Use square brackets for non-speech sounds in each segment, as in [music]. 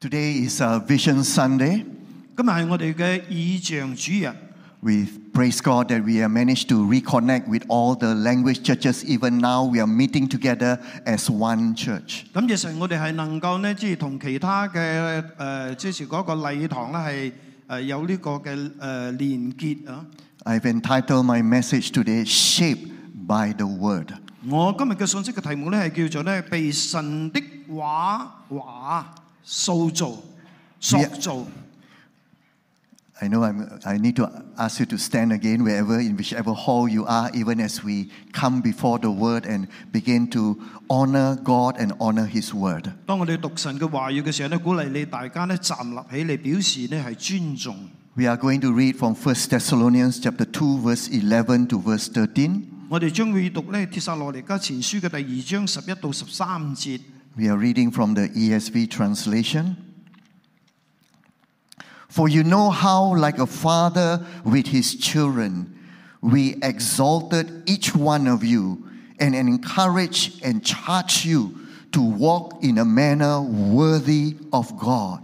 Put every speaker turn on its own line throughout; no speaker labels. Today is uh, Vision Sunday.
今日係我哋嘅意象主日，
We praise God that we have managed to reconnect with all the language churches. Even now, we are meeting together as one church.
感謝神，我哋係能夠呢，即係同其他嘅誒、呃即是嗰個禮堂呢，係誒有呢個嘅誒、呃、連結啊！
I've entitled my message today, Shaped by the Word.
我今日嘅信息嘅題目呢，係叫做呢：「被神的話話塑造、塑造。
I know I'm, I need to ask you to stand again wherever, in whichever hall you are, even as we come before the Word and begin to honor God and honor His Word.
當我哋讀神嘅話語嘅時候呢，鼓勵你大家呢站立起嚟，表示呢係尊重。
We are going to read from 1 Thessalonians chapter 2 verse 11 to verse 13.
我哋將會讀呢《帖撒羅尼迦前書》嘅第二章十一到十三節。
We are reading from the ESV translation. For you know how like a father with his children we exalted each one of you and encourage and charge you to walk in a manner worthy of God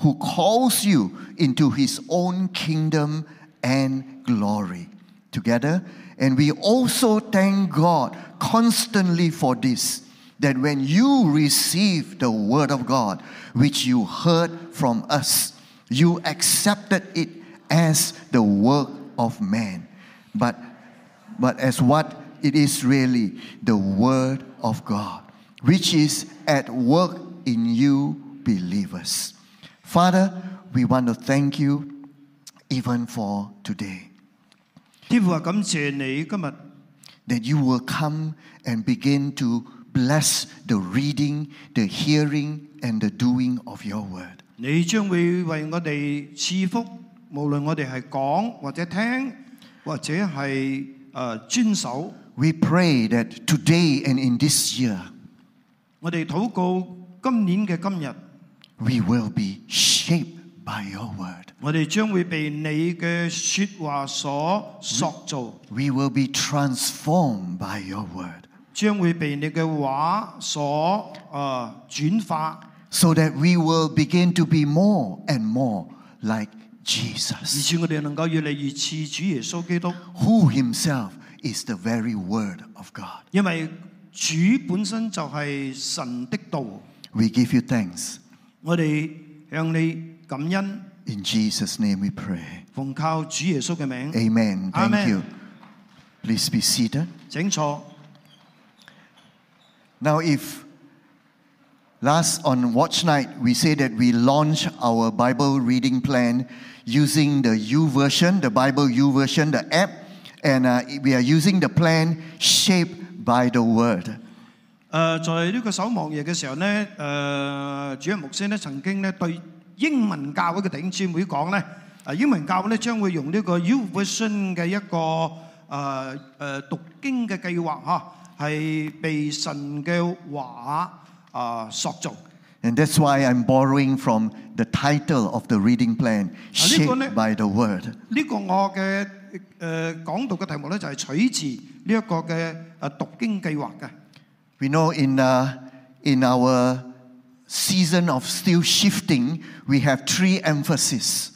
who calls you into his own kingdom and glory. together. And we also thank God constantly for this that when you receive the word of God, which you heard from us, you accepted it as the work of man, but, but as what it is really the word of God, which is at work in you believers. Father, we want to thank you even for today.
天父啊，感謝你今日。
that you will come and begin to bless the reading, the hearing, and the doing of your word.
你將會為我哋賜福，無論我哋係講或者聽，或者係誒遵守。
We pray that today and in this year,
我哋禱告今年嘅今日，
we will be shaped by your word.
我哋將會被你嘅説話所塑造，
We will be transformed by your word
將會被你嘅話所誒、呃、轉化，
so that we will begin to be more and more like
而
Jesus,
且我哋能夠越嚟越似主耶穌基督，
who himself is the very word of God.
因為主本身就係神的道。
We give you thanks.
我哋向你感恩，
In Jesus' name we pray.
奉靠主耶穌嘅名。
Amen. Thank
Amen.
you. Please be seated.
整錯。
Now, if last on watch night we say that we launch our Bible reading plan using the U version, the Bible U version, the app, and uh, we are using the plan shaped by the Word.
誒、在呢個守望夜嘅時候呢，誒、主任牧師呢曾經呢對英文教會嘅頂姊妹講呢，誒、英文教會呢將會用呢個 U version 嘅一個誒誒、呃讀經嘅計劃嚇，係、被神嘅話啊、塑造。啊
And that's why I'm borrowing from the title of the reading plan, Shaped
connect-
by the Word.
呢、個我嘅誒、呃、講道嘅題目呢，就係、取自呢一個嘅誒讀經計劃嘅。
We know in, uh, in our season of still shifting, we have three emphases.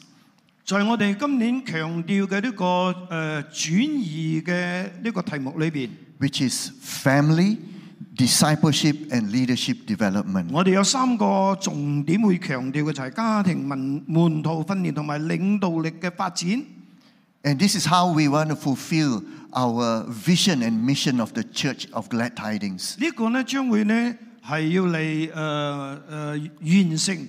在我哋今年強調嘅呢個誒、呃、轉移嘅呢個題目裏邊，
which is family, discipleship, and leadership development.
我哋有三個重點會強調嘅就係家庭文門徒訓練同埋領導力嘅發展。
And this is how we want to fulfill our vision and mission of the Church of Glad Tidings.
呢個呢將會呢係要嚟誒誒完成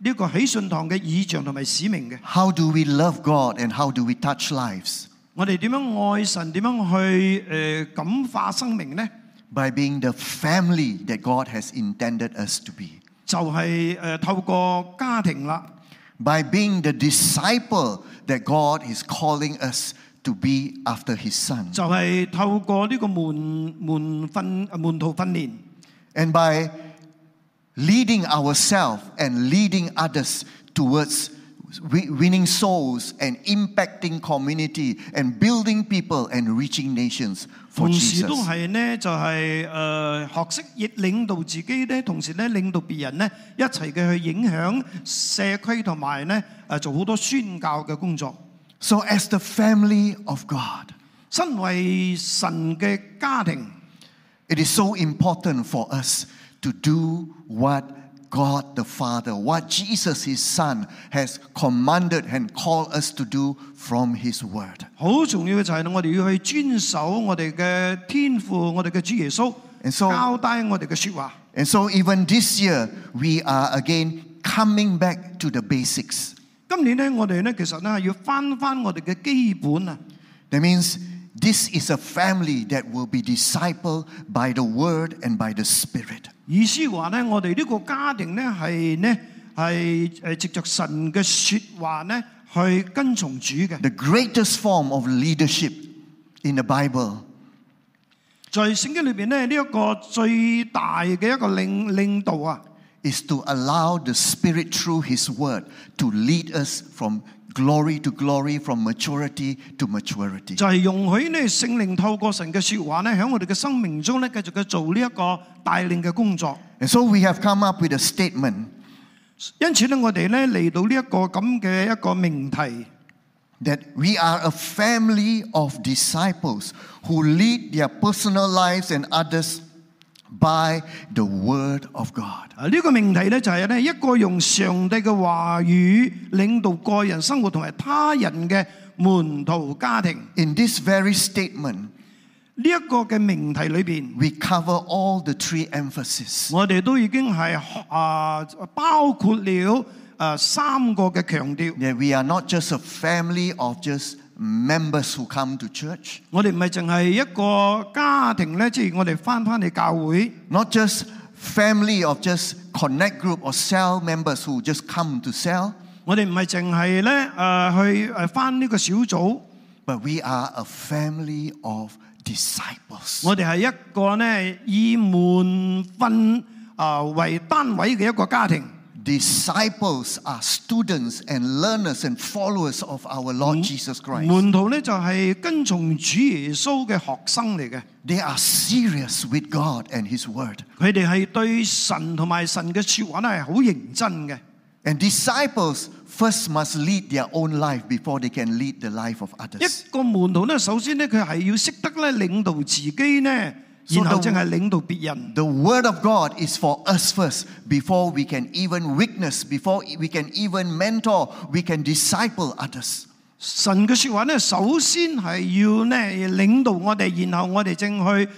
呢個喜信堂嘅意象同埋使命嘅。
How do we love God and how do we touch lives?
我哋點樣愛神？點樣去誒、呃感化生命呢？
By being the family that God has intended us to be,
就係、呃透過家庭啦，
by being the disciple that God is calling us to be after His Son,
就係、透過呢個門門訓門徒訓練。
and by leading ourselves and leading others towards wi- winning souls and impacting community and building people and reaching nations for
同時
Jesus.
都係呢，就係、誒、學識亦領導自己呢，同時呢領導別人呢，一齊嘅去影響社區同埋呢誒、做好多宣教嘅工作。
So, as the family of God,
身為神嘅家庭，
it is so important for us to do what God the Father, what Jesus his Son has commanded and called us to do from his word.
好重要嘅就係我哋要去遵守我哋嘅天父，我哋嘅主耶穌
And so-
交代我哋嘅説話。
And so, even this year, we are again coming back to the basics.
今年呢，我哋呢其實呢要翻翻我哋嘅基本啊！
That means this is a family that will be discipled by the word and by the spirit.
意思話呢，我哋呢個家庭呢係呢係誒藉着神嘅説話呢去跟從主嘅。
The greatest form of leadership in the Bible
在聖經裏邊呢，呢、一個最大嘅一個領領導啊，
is to allow the spirit through his word to lead us from glory to glory, from maturity to maturity.
就係、容許呢聖靈透過神嘅説話呢，喺我哋嘅生命中呢繼續去做呢一個帶領嘅工作。
And so we have come up with a statement
因此呢，我哋呢嚟到呢一個咁嘅一個命題。
that we are a family of disciples who lead their personal lives and others by the word of God.
啊！呢個命題呢，就係呢一個用上帝嘅話語領導個人生活同埋他人嘅門徒家庭。
In this very statement,
呢一個嘅命題裏邊，
we cover all the three emphases.
我哋都已經係啊包括了啊三個嘅強調。
That we are not just a family of just members who come to church,
我哋唔係淨係一個家庭呢，即係我哋翻返去教會，
not just family of just connect group or cell members who just come to cell,
我哋唔係淨係呢誒去誒翻呢個小組，
but we are a family of disciples.
我哋係一個呢以門訓啊為單位嘅一個家庭。
Disciples are students and learners and followers of our Lord Jesus Christ.
門徒呢，就係跟從主耶穌嘅學生嚟嘅，
They are serious with God and His Word.
佢哋係對神同埋神嘅説話呢係好認真嘅。
And disciples first must lead their own life before they can lead the life of
一
others.
個門徒呢，首先呢，佢係要識得呢領導自己呢，然後淨係領導別人。
The Word of God is for us first before we can even witness, before we can even mentor, we can disciple others.
神嘅説話呢，首先係要呢領導我哋，然後我哋正去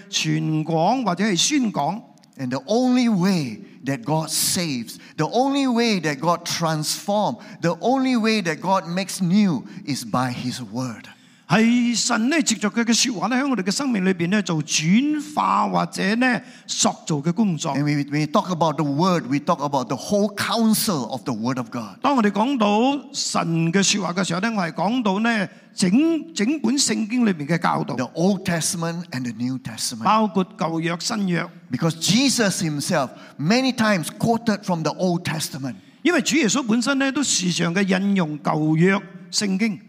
傳講或者係宣講。
And the only way that God saves, the only way that God transforms, the only way that God makes new is by His Word.
係神呢藉着佢嘅説話呢，喺我哋嘅生命裏邊呢，做轉化或者呢塑造嘅工作
And。when we- when we talk about the Word, we talk about the whole counsel of the Word of God.
當我哋講到神嘅説話嘅時候呢，我係講到呢整整本聖經裏面嘅教導，
The Old Testament and the New Testament.
包括舊約、新約。
Because Jesus himself many times quoted from the Old Testament.
因為主耶穌本身呢，都時常嘅引用舊約聖經。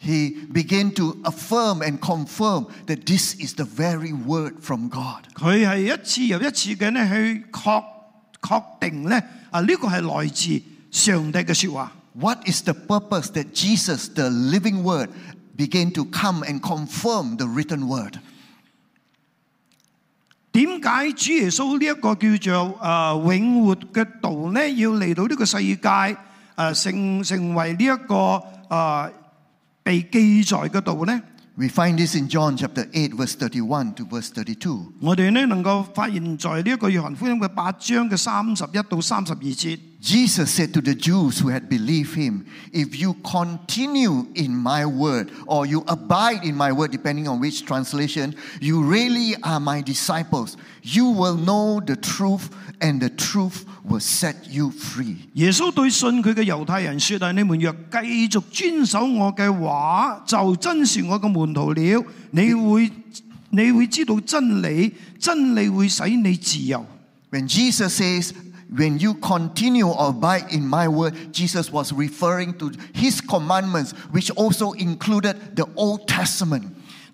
He began to affirm and confirm that this is the very word from God.
佢係一次又一次嘅咧去確確定咧啊呢個係來自上帝嘅説話。
What is the purpose that Jesus, the living word, began to come and confirm the written word?
點解主耶穌呢一個叫做啊、永活嘅道咧，要嚟到呢個世界啊成成為呢、一個啊、被記載嘅道咧？
We find this in John chapter 8, verse 31 to verse 32.
我哋咧能夠發現，在呢一個約翰福音嘅八章嘅三十一到三十二節。
Jesus said to the Jews who had believed him, If you continue in my word, or you abide in my word, depending on which translation, you really are my disciples. You will know the truth, and the truth will set you free.
耶穌對信佢嘅猶太人說啊：你們若繼續遵守我嘅話，就真是我嘅門徒了。你會你會知道真理，真理會使你自由。
When Jesus says, When you continue or abide in my word, Jesus was referring to his commandments, which also included the Old Testament.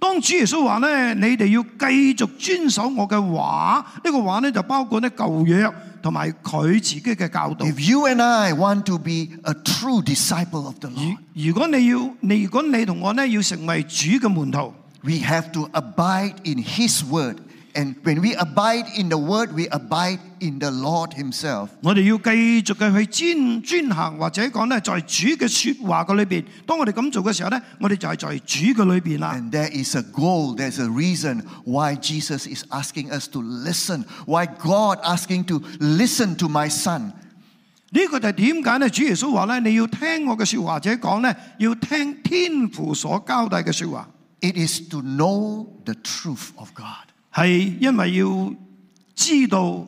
當主耶穌話咧，你哋要繼續遵守我嘅話，呢、個話咧就包括咧舊約同埋佢自己嘅教導。
If you and I want to be a true disciple of the
如
Lord,
如果你要，你如果你同我咧要成為主嘅門徒，
we have to abide in his word. And when we abide in the word, we abide in the Lord himself.
我哋要繼續嘅去專專行，或者講咧，在主嘅説話嘅裏邊。當我哋咁做嘅時候咧，我哋就係在主嘅裏邊啦。
And there is a goal, there's a reason why Jesus is asking us to listen, why God asking to listen to my son.
呢個就係點解咧？主耶穌話咧，你要聽我嘅説話，或者講咧，要聽天父所交代嘅説話，
It is to know the truth of God.
係因為要知道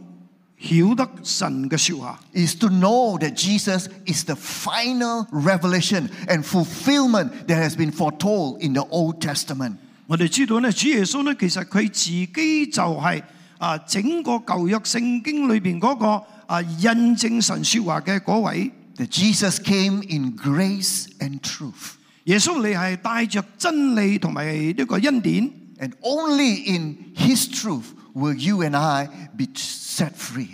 曉得神嘅説話。
Is to know that Jesus is the final revelation and fulfillment that has been foretold in the Old Testament.
我哋知道咧，主耶穌咧，其實佢自己就係、啊整個舊約聖經裏邊嗰個啊印證神説話嘅嗰位。
That Jesus came in grace and truth.
耶穌你係帶着真理同埋呢個恩典，
And only in his truth will you and I be set free.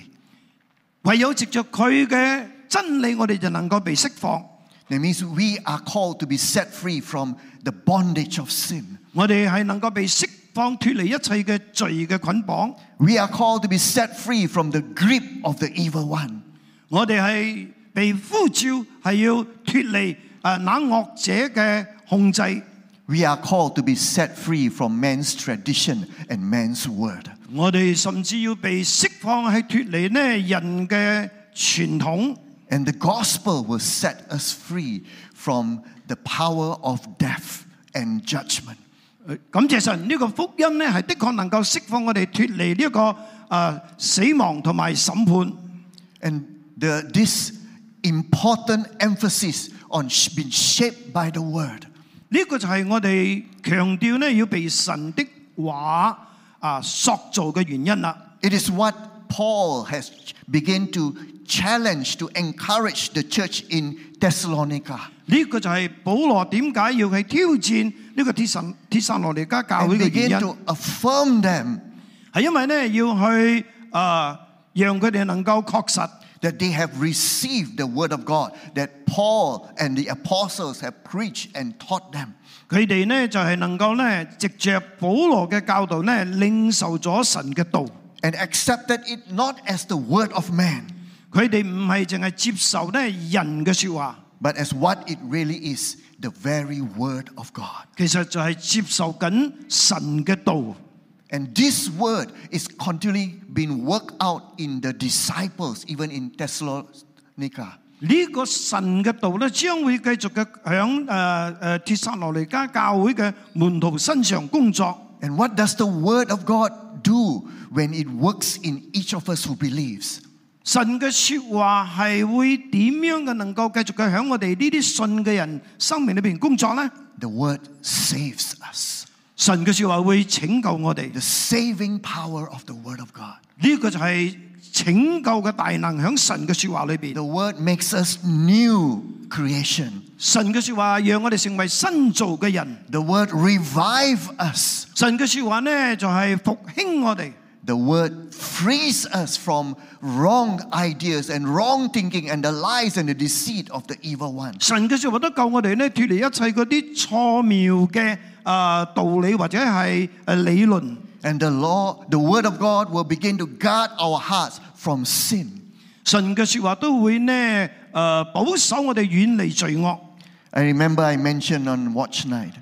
唯有藉着佢嘅真理，我哋就能夠被釋放。
That means we are called to be set free from the bondage of sin.
我哋係能夠被釋放脱離一切嘅罪嘅捆綁。
We are called to be set free from the grip of the evil one.
我哋係被呼召係要脱離誒那惡者嘅控制。
We are called to be set free from man's tradition and man's word.
我哋甚至要被釋放係脱離呢人嘅傳統。
And the gospel will set us free from the power of death and judgment.
感謝神，呢、個福音呢係的確能夠釋放我哋脱離呢一個誒死亡同埋審判。
And the, this important emphasis on sh- being shaped by the word.
呢個就係我哋強調咧要被神的話啊塑造嘅原因啦。
It is what Paul has ch- begun to challenge to encourage the church in Thessalonica.
呢、個就係保羅點解要去挑戰呢個鐵神鐵撒羅尼加教
And
會嘅
begin
原因，
to affirm them
係因為咧要去啊、讓佢哋能夠確實
that they have received the word of God that Paul and the apostles have preached and taught them.
佢哋呢就係、能夠咧藉着保羅嘅教導咧領受咗神嘅道。
and accepted it not as the word of man,
佢哋唔係淨係接受咧人嘅説話，
but as what it really is the very word of God.
其實就係接受緊神嘅道。
And this word is continually being worked out in the disciples, even in Thessalonica.
呢個神嘅道咧，將會繼續嘅響誒誒鐵撒羅尼加教會嘅門徒身上工作。
And what does the word of God do when it works in each of us who believes?
神嘅説話係會點樣嘅能夠繼續嘅響我哋呢啲信嘅人生命裏邊工作呢？
The word saves us.
神嘅説話會拯救我哋，呢、
The saving power of the word of God.
個就係拯救嘅大能響神嘅説話裏邊。
The word makes us new creation.
神嘅説話讓我哋成為新造嘅人，
The word revive us.
神嘅説話呢，就係、復興我哋。
The word frees us from wrong ideas and wrong thinking and the lies and the deceit of the evil one.
神嘅説話都救我哋咧脱離一切嗰啲錯謬嘅啊道理或者係誒理論。
And the law, the word of God will begin to guard our hearts from sin.
神嘅説話都會呢誒保守我哋遠離罪惡。
I remember I mentioned on watch night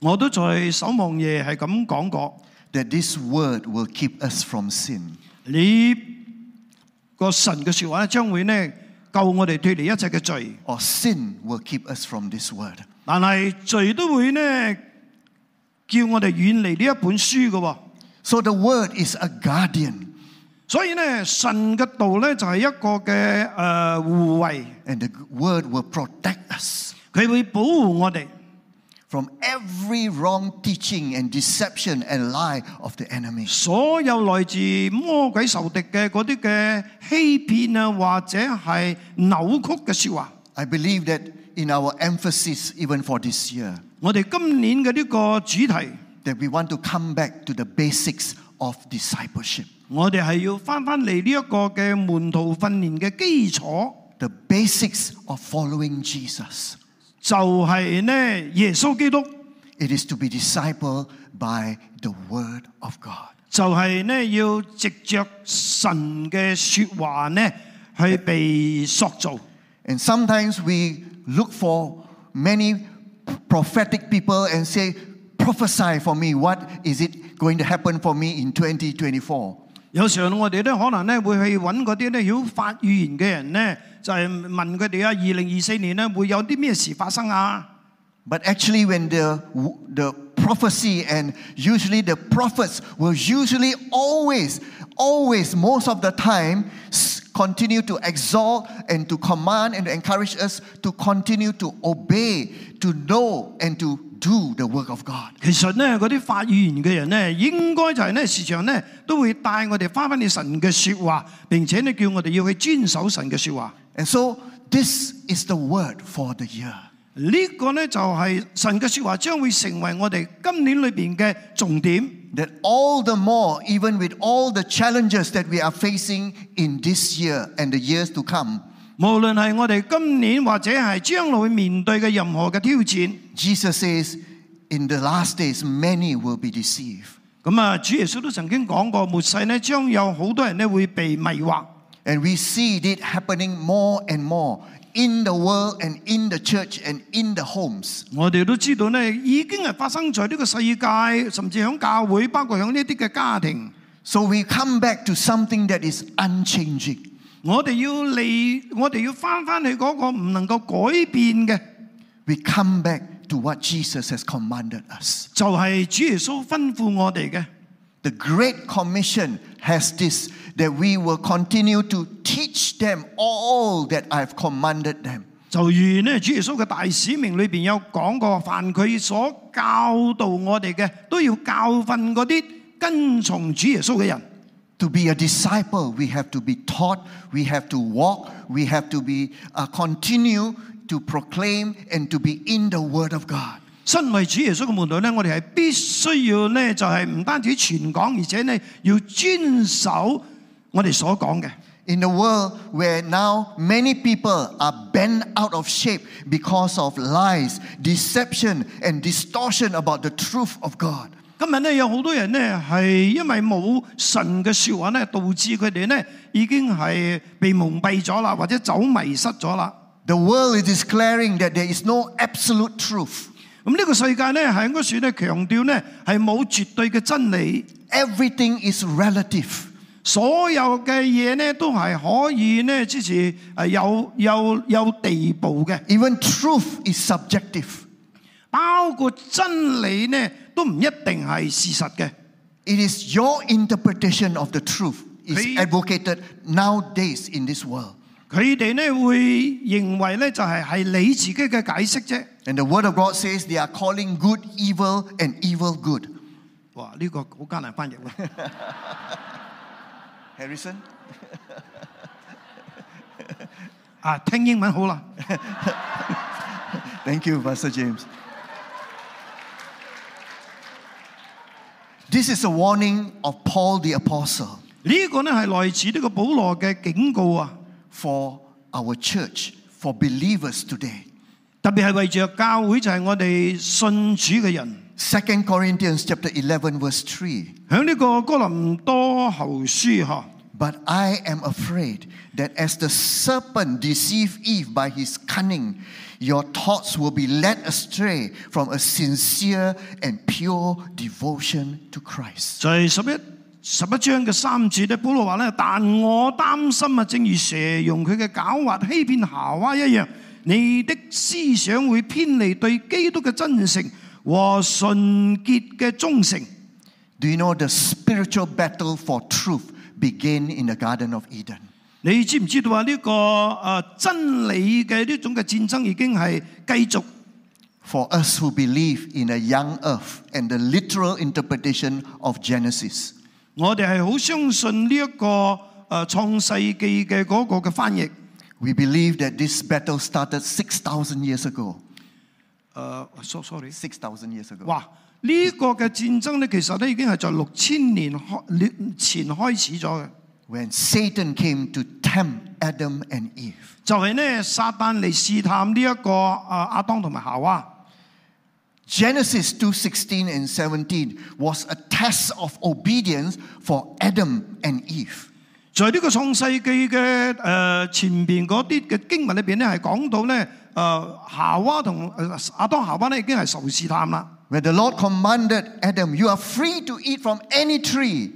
我都在守望夜係咁講過，
that this word will keep us from sin.
你個神嘅説話咧將會呢救我哋脱離一切嘅罪，
Or sin will keep us from this word.
但係罪都會呢叫我哋遠離呢一本書嘅喎。
So the word is a guardian.
所以呢，神嘅道呢就係一個嘅誒護衛，
And the word will protect us
佢會保護我哋。
from every wrong teaching and deception and lie of the enemy.
所有來自魔鬼仇敵嘅嗰啲嘅欺騙啊，或者係扭曲嘅説話。
I believe that in our emphasis, even for this year,
我哋今年嘅呢個主題，
that we want to come back to the basics of discipleship.
我哋係要翻翻嚟呢一個嘅門徒訓練嘅基礎，
the basics of following Jesus.
就係、呢耶穌基督，
It is to be discipled by the Word of God.
就係、呢要藉着神嘅説話呢去被塑造。
And sometimes we look for many prophetic people and say, prophesy for me. What is it going to happen for me in 2024?
有時候我哋咧可能咧會去揾嗰啲咧曉發預言嘅人咧，就係、問佢哋啊，二零二四年咧會有啲咩事發生啊？
But actually, when the, the prophecy and usually the prophets will usually always, always, most of the time, s- continue to exhort and to command and to encourage us to continue to obey, to know, and to do the work of God.
其實咧，嗰啲發預言嘅人咧，應該就係咧時常咧都會帶我哋翻返去神嘅説話，並且咧叫我哋要去遵守神嘅説話。
And so, this is the word for the year.
呢、個咧就係神嘅説話將會成為我哋今年裏邊嘅重點。
That all the more, even with all the challenges that we are facing in this year and the years to come,
無論係我哋今年或者係將來會面對嘅任何嘅挑戰，
Jesus says, in the last days, many will be deceived.
咁啊，主耶穌都曾經講過，末世咧將有好多人咧會被迷惑。
And we see it happening more and more in the world and in the church and in the homes.
我哋都知道咧，已經係發生在呢個世界，甚至喺教會，包括喺呢啲嘅家庭。
So we come back to something that is unchanging.
我哋要嚟，我哋要翻翻去嗰個唔能夠改變嘅，
We come back to what Jesus has commanded us.
就係、主耶穌吩咐我哋嘅。
The Great Commission has this that we will continue to teach them all that I've commanded them.
就如呢，主耶穌嘅大使命裏邊有講過，凡佢所教導我哋嘅，都要教訓嗰啲跟從主耶穌嘅人。
To be a disciple, we have to be taught, we have to walk, we have to be uh, continue to proclaim and to be in the Word of God.
身為主耶穌嘅門徒呢，我哋係必須要呢，就係唔單止傳講，而且呢要遵守我哋所講嘅。
In a world where now many people are bent out of shape because of lies, deception, and distortion about the truth of God,
今日咧有好多人咧係因為冇神嘅説話咧，導致佢哋咧已經係被蒙蔽咗啦，或者走迷失咗啦。
the world is declaring that there is no absolute truth.
咁呢個世界咧係應該算咧強調咧係冇絕對嘅真理，
Everything is relative.
所有嘅嘢咧都係可以咧支持係有有有地步嘅，
Even truth is subjective.
包括真理咧都唔一定係事實嘅。
It is your interpretation of the truth is
Please.
advocated nowadays in this world.
佢哋咧會認為咧就係係你自己嘅解釋啫。
[laughs] And the word of God says they are calling good evil and evil good.
哇！呢、個好艱難翻譯喎。
Harrison?
啊，聽英文好啦。
Thank you, Pastor James. This is a warning of Paul the Apostle
呢個呢係來自呢個保羅嘅警告啊，
for our church, for believers today.
特別係為着教會就係我哋信主嘅人，
2 Corinthians chapter 11 verse 3.
響呢個哥林多後書呵。
But I am afraid that as the serpent deceived Eve by his cunning, your thoughts will be led astray from a sincere and pure devotion to Christ.
就係十一十一章嘅三節咧，保羅話咧：但我擔心啊，正如蛇用佢嘅狡猾欺騙夏娃一樣，你的思想會偏離對基督嘅真誠和純潔嘅忠誠。
Do you know the spiritual battle for truth began in the Garden of Eden?
你知唔知啊道啊？呢、個誒、呃真理嘅呢種嘅戰爭已經係繼續
for us who believe in a young earth and the literal interpretation of Genesis.
我哋係好相信呢、一個誒、呃、創世記嘅嗰個嘅翻譯。誒、
We believe that this battle started 6,000 years ago.
so 呃 sorry，
6,000 years ago.
哇！呢、個嘅戰爭咧，其實咧已經係在六千年開前開始咗嘅，
When Satan came to tempt Adam and Eve,
就係、呢撒旦嚟試探呢、一個啊亞當同埋夏娃。
Genesis 2:16 and 17 was a test of obedience for Adam and Eve.
在呢個創世記嘅誒、呃前邊嗰啲嘅經文裏邊咧，係講到咧誒、呃夏娃同呃亞當夏娃咧已經係受試探啦。
Where the Lord commanded Adam, You are free to eat from any tree,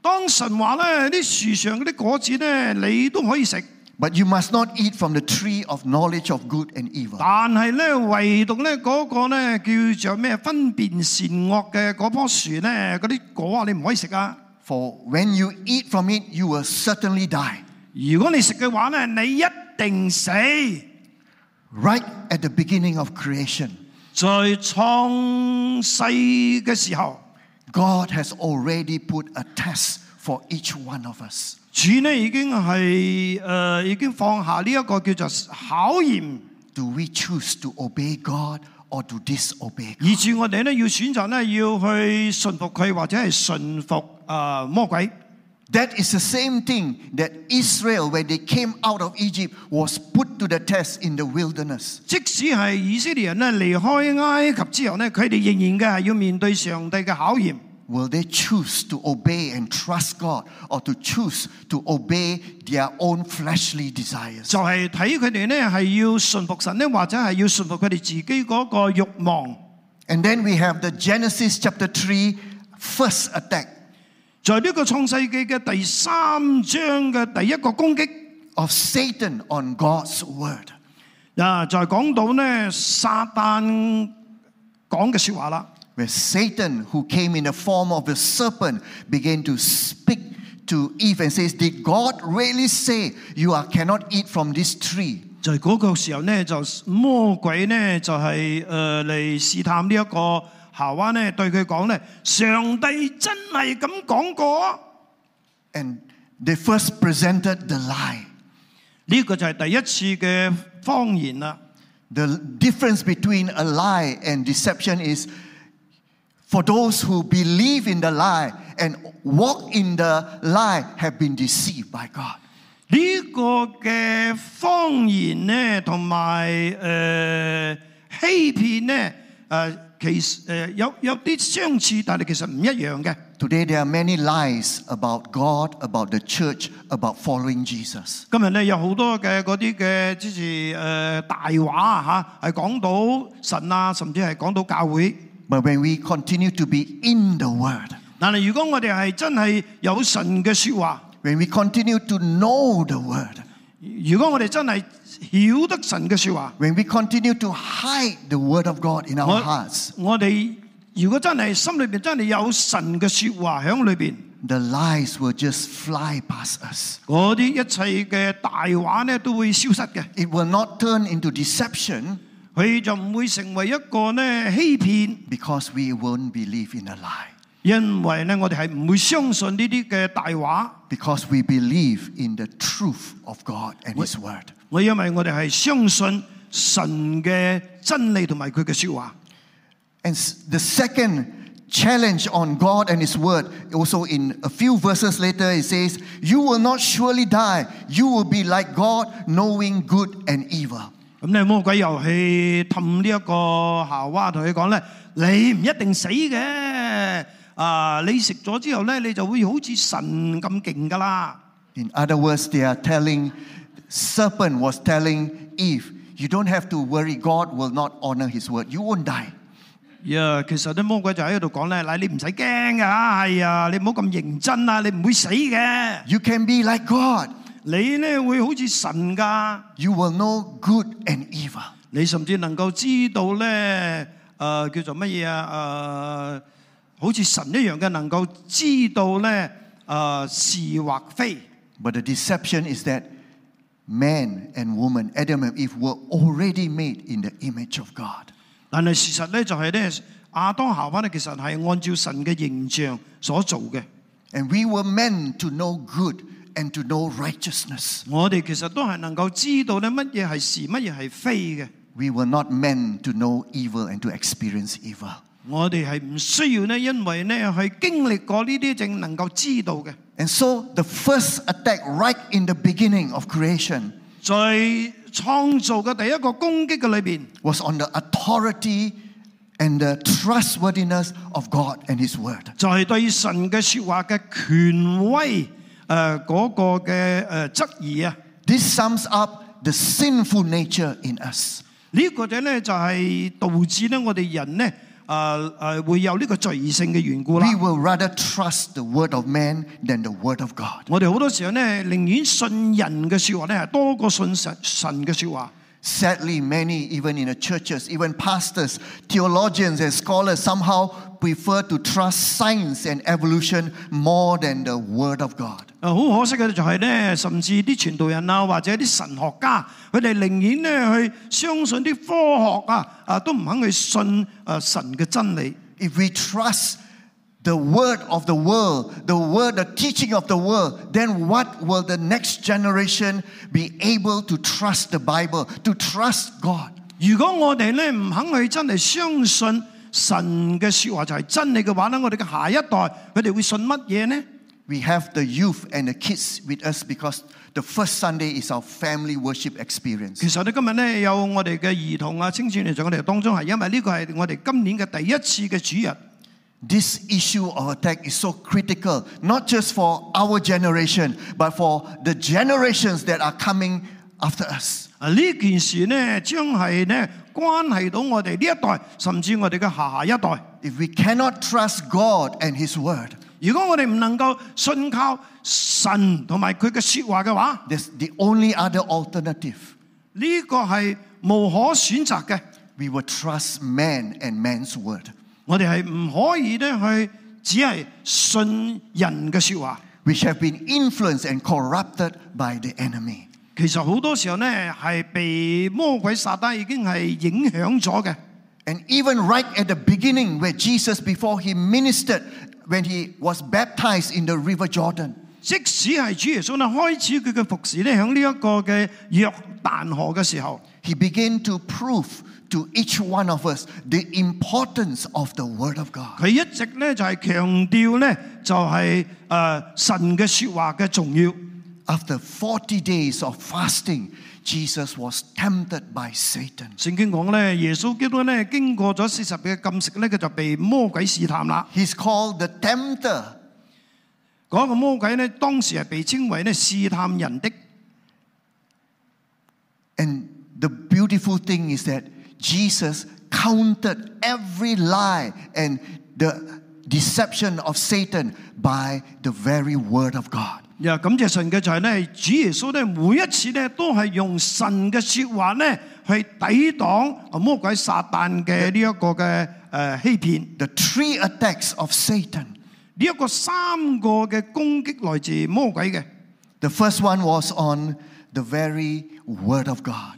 當神話咧，啲樹上嗰啲果子咧，你都可以食。
but you must not eat from the tree of knowledge of good and evil.
但係咧，唯獨咧嗰個咧叫做咩分辨善惡嘅嗰棵樹咧，嗰啲果啊，你唔可以食啊！
For when you eat from it, you will certainly die.
如果你食嘅話咧，你一定死。
Right at the beginning of creation,
在創世嘅時候，
God has already put a test for each one of us.
主呢已經係誒、呃已經放下呢一個叫做考驗，
Do we choose to obey God or to disobey God?
以致我哋咧要選擇咧要去順服佢，或者係順服誒、呃魔鬼。
That is the same thing that Israel, when they came out of Egypt, was put to the test in the wilderness.
即使係以色列人咧離開埃及之後咧，佢哋仍然嘅係要面對上帝嘅考驗。
Will they choose to obey and trust God or to choose to obey their own fleshly desires?
就係睇佢哋呢係要順服神呢，或者係要順服佢哋自己嗰個慾望。
And then we have the Genesis chapter 3 first attack
在呢個創世記嘅第三章嘅第一個攻擊
of Satan on God's word.
啊，就係講到呢撒旦講嘅説話啦。
Where Satan, who came in the form of a serpent, began to speak to Eve and says, Did God really say you are cannot eat from this tree?
就係嗰個時候呢，就魔鬼呢，就係誒嚟試探呢一個夏娃呢，對佢講呢：上帝真係咁講過啊！
And they first presented the lie.
呢個就係第一次嘅方言啦。
The difference between a lie and deception is for those who believe in the lie and walk in the lie have been deceived by God.
呢個嘅方言呢，同埋誒欺騙呢，誒、其誒、呃有有啲相似，但係其實唔一樣嘅。
Today there are many lies about God, about the church, about following Jesus.
今日咧有好多嘅嗰啲嘅，即是誒大話啊嚇，係講到神啊，甚至係講到教會。
But when we continue to be in the Word,
但係如果我哋係真係有神嘅説話，
when we continue to know the Word,
如果我哋真係曉得神嘅説話，
when we continue to hide the Word of God in
我
our hearts,
我哋如果真係心裏邊真係有神嘅説話喺裏邊。
the lies will just fly past us.
嗰啲一切嘅大話咧都會消失嘅，
It will not turn into deception
佢就唔會成為一個咧欺騙，
because we won't believe in a lie,
因為咧我哋係唔會相信呢啲嘅大話，
because we believe in the truth of God and His Word.
我因為我哋係相信神嘅真理同埋佢嘅説話。
And s- the second challenge on God and His Word, also in a few verses later, it says, You will not surely die. You will be like God, knowing good and evil.
咁咧魔鬼又去氹呢一個夏娃，同佢講咧：你唔一定死嘅，啊你食咗之後咧，你就會好似神咁勁噶啦。
In other words, they are telling, serpent was telling Eve, You don't have to worry. God will not honor His Word. You won't die.
呀，其實啲魔鬼就喺度講咧，嗱，你唔使驚噶，係啊，你唔好咁認真啊，你唔會死嘅，
You can be like God.
你咧會好似神噶，
You will know good and evil.
你甚至能夠知道咧，誒、叫做乜嘢啊？誒、好似神一樣嘅，能夠知道咧，誒、是或非。
But the deception is that man and woman, Adam and Eve, were already made in the image of God.
但係事實咧就係咧，亞當夏娃咧其實係按照神嘅形象所做嘅。
And we were meant to know good and to know righteousness.
我哋其實都係能夠知道咧乜嘢係是，乜嘢係非嘅。
We were not meant to know evil and to experience evil.
我哋係唔需要咧，因為咧係經歷過呢啲，正能夠知道嘅。
And so the first attack right in the beginning of creation
在創造嘅第一個攻擊嘅裏邊，
was on the authority and the trustworthiness of God and His Word.
就係、對神嘅説話嘅權威誒嗰、呃個嘅誒、呃、質疑啊！
This sums up the sinful nature in us.
呢、個嘅咧就係、導致咧我哋人咧誒誒會有呢個罪性嘅緣故啦
We。will rather trust the word of man than the word of God.
我哋好多時候咧，寧願信人嘅説話咧，係多過信神神嘅説話。
Sadly, many, even in the churches, even pastors, theologians, and scholars, somehow prefer to trust science and evolution more than the word of God.
啊，好可惜嘅就係咧，甚至啲傳道人啊，或者啲神學家，佢哋寧願咧去相信啲科學啊，啊都唔肯去信啊神嘅真理。
If we trust the word of the world, the word, the teaching of the world, then what will the next generation be able to trust the Bible, to trust God?
如果我哋咧唔肯去真係相信神嘅説話就係真理嘅話咧，我哋嘅下一代佢哋會信乜嘢呢？
We have the youth and the kids with us because the first Sunday is our family worship experience.
其實咧今日咧有我哋嘅兒童啊、青少年在我哋當中係因為呢個係我哋今年嘅第一次嘅主日。
This issue of attack is so critical, not just for our generation, but for the generations that are coming after us.
啊！呢件事呢，將係呢關係到我哋呢一代，甚至我哋嘅下下一代。
If we cannot trust God and His Word,
如果我哋唔能夠信靠神同埋佢嘅説話嘅話，
that's the only other alternative.
呢、個係無可選擇嘅。
We will trust man and man's Word.
我哋係唔可以咧去只係信人嘅説話。
which have been influenced and corrupted by the enemy.
其實好多時候呢，係被魔鬼撒旦已經係影響咗嘅。
And even right at the beginning, where Jesus, before he ministered, when he was baptized in the River Jordan,
即使係主耶穌咧開始佢嘅服侍咧，喺呢一個嘅約旦河嘅時候。
he began to prove to each one of us the importance of the Word of God.
佢一直咧就係強調咧就係誒神嘅説話嘅重要。
After 40 days of fasting, Jesus was tempted by Satan.
聖經講咧，耶穌基督咧經過咗四十日嘅禁食咧，佢就被魔鬼試探啦。
He's called the tempter.
嗰、個魔鬼咧當時係被稱為咧試探人的。
And the beautiful thing is that Jesus countered every lie and the deception of Satan by the very Word of God.
又感謝神嘅就係咧，主耶穌咧每一次咧都係用神嘅説話咧去抵擋魔鬼撒旦嘅呢一個嘅誒欺騙。
The three attacks of Satan.
呢、一個三個嘅攻擊來自魔鬼嘅。
The first one was on the very Word of God.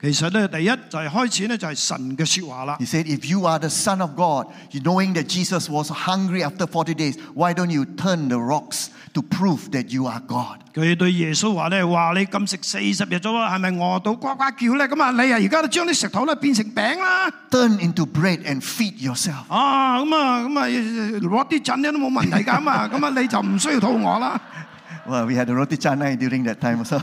其實咧，第一就係開始咧，就係神嘅説話啦
He。said, If you are the Son of God, you knowing that Jesus was hungry after 40 days, why don't you turn the rocks to prove that you are God?
佢對耶穌話咧：話你禁食四十日咗喎，係咪餓到呱呱叫咧？咁啊，你啊而家都將啲石頭咧變成餅啦！
Turn into bread and feed yourself.
啊，咁啊，咁啊，攞啲陣咧都冇問題㗎嘛，咁啊，你就唔需要肚餓啦。
Well, we had a roti canai during that time also.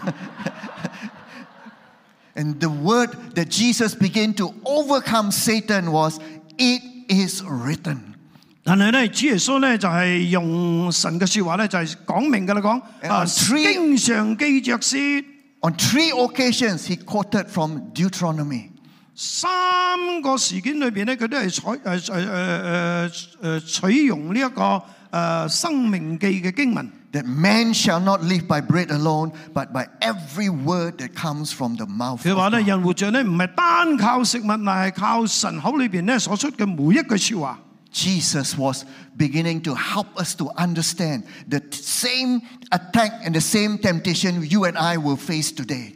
[laughs] and the word that Jesus began to overcome Satan was, It is written.
但係咧，主耶穌咧就係用神嘅説話咧，就係講明㗎啦，講
And
啊，
on three-
經常記着説
On three occasions, he quoted from Deuteronomy.
三個事件裏邊咧，佢都係採誒誒誒誒誒取用呢、一個誒、呃生命記嘅經文。
That man shall not live by bread alone, but by every word that comes from the mouth
佢
of
話咧，
God.
人活着咧唔係單靠食物，乃係靠神口裏邊咧所出嘅每一句説話。
Jesus was beginning to help us to understand the t- same attack and the same temptation you and I will face today.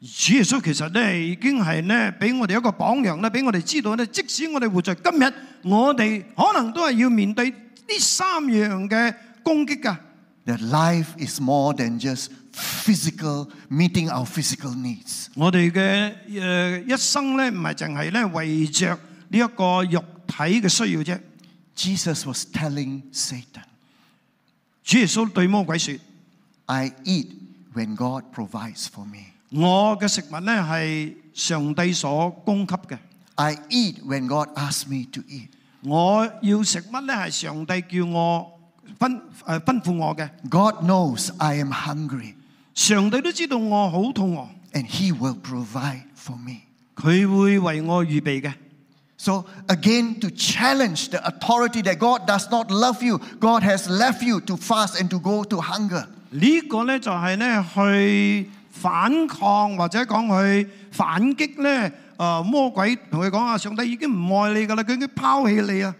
主耶穌其實咧已經係咧俾我哋一個榜樣咧，俾我哋知道咧，即使我哋活在今日，我哋可能都係要面對呢三樣嘅攻擊噶。
That life is more than just physical, meeting our physical needs.
我哋嘅誒一生咧，唔係淨係咧為着呢一個肉體嘅需要啫。
Jesus was telling Satan,
主耶穌對魔鬼説：
I eat when God provides for me.
我嘅食物咧係上帝所供給嘅，
I eat when God asks me to eat.
我要食乜咧係上帝叫我吩誒吩咐我嘅。
God knows I am hungry
上帝都知道我好肚餓，
and He will provide for me.
佢會為我預備嘅。
So, again, to challenge the authority that God does not love you, God has left you to fast and to go to hunger.
呢個呢，就係呢去反抗或者講去反擊呢誒魔鬼同佢講啊，上帝已經唔愛你噶啦，佢已經拋棄你啊！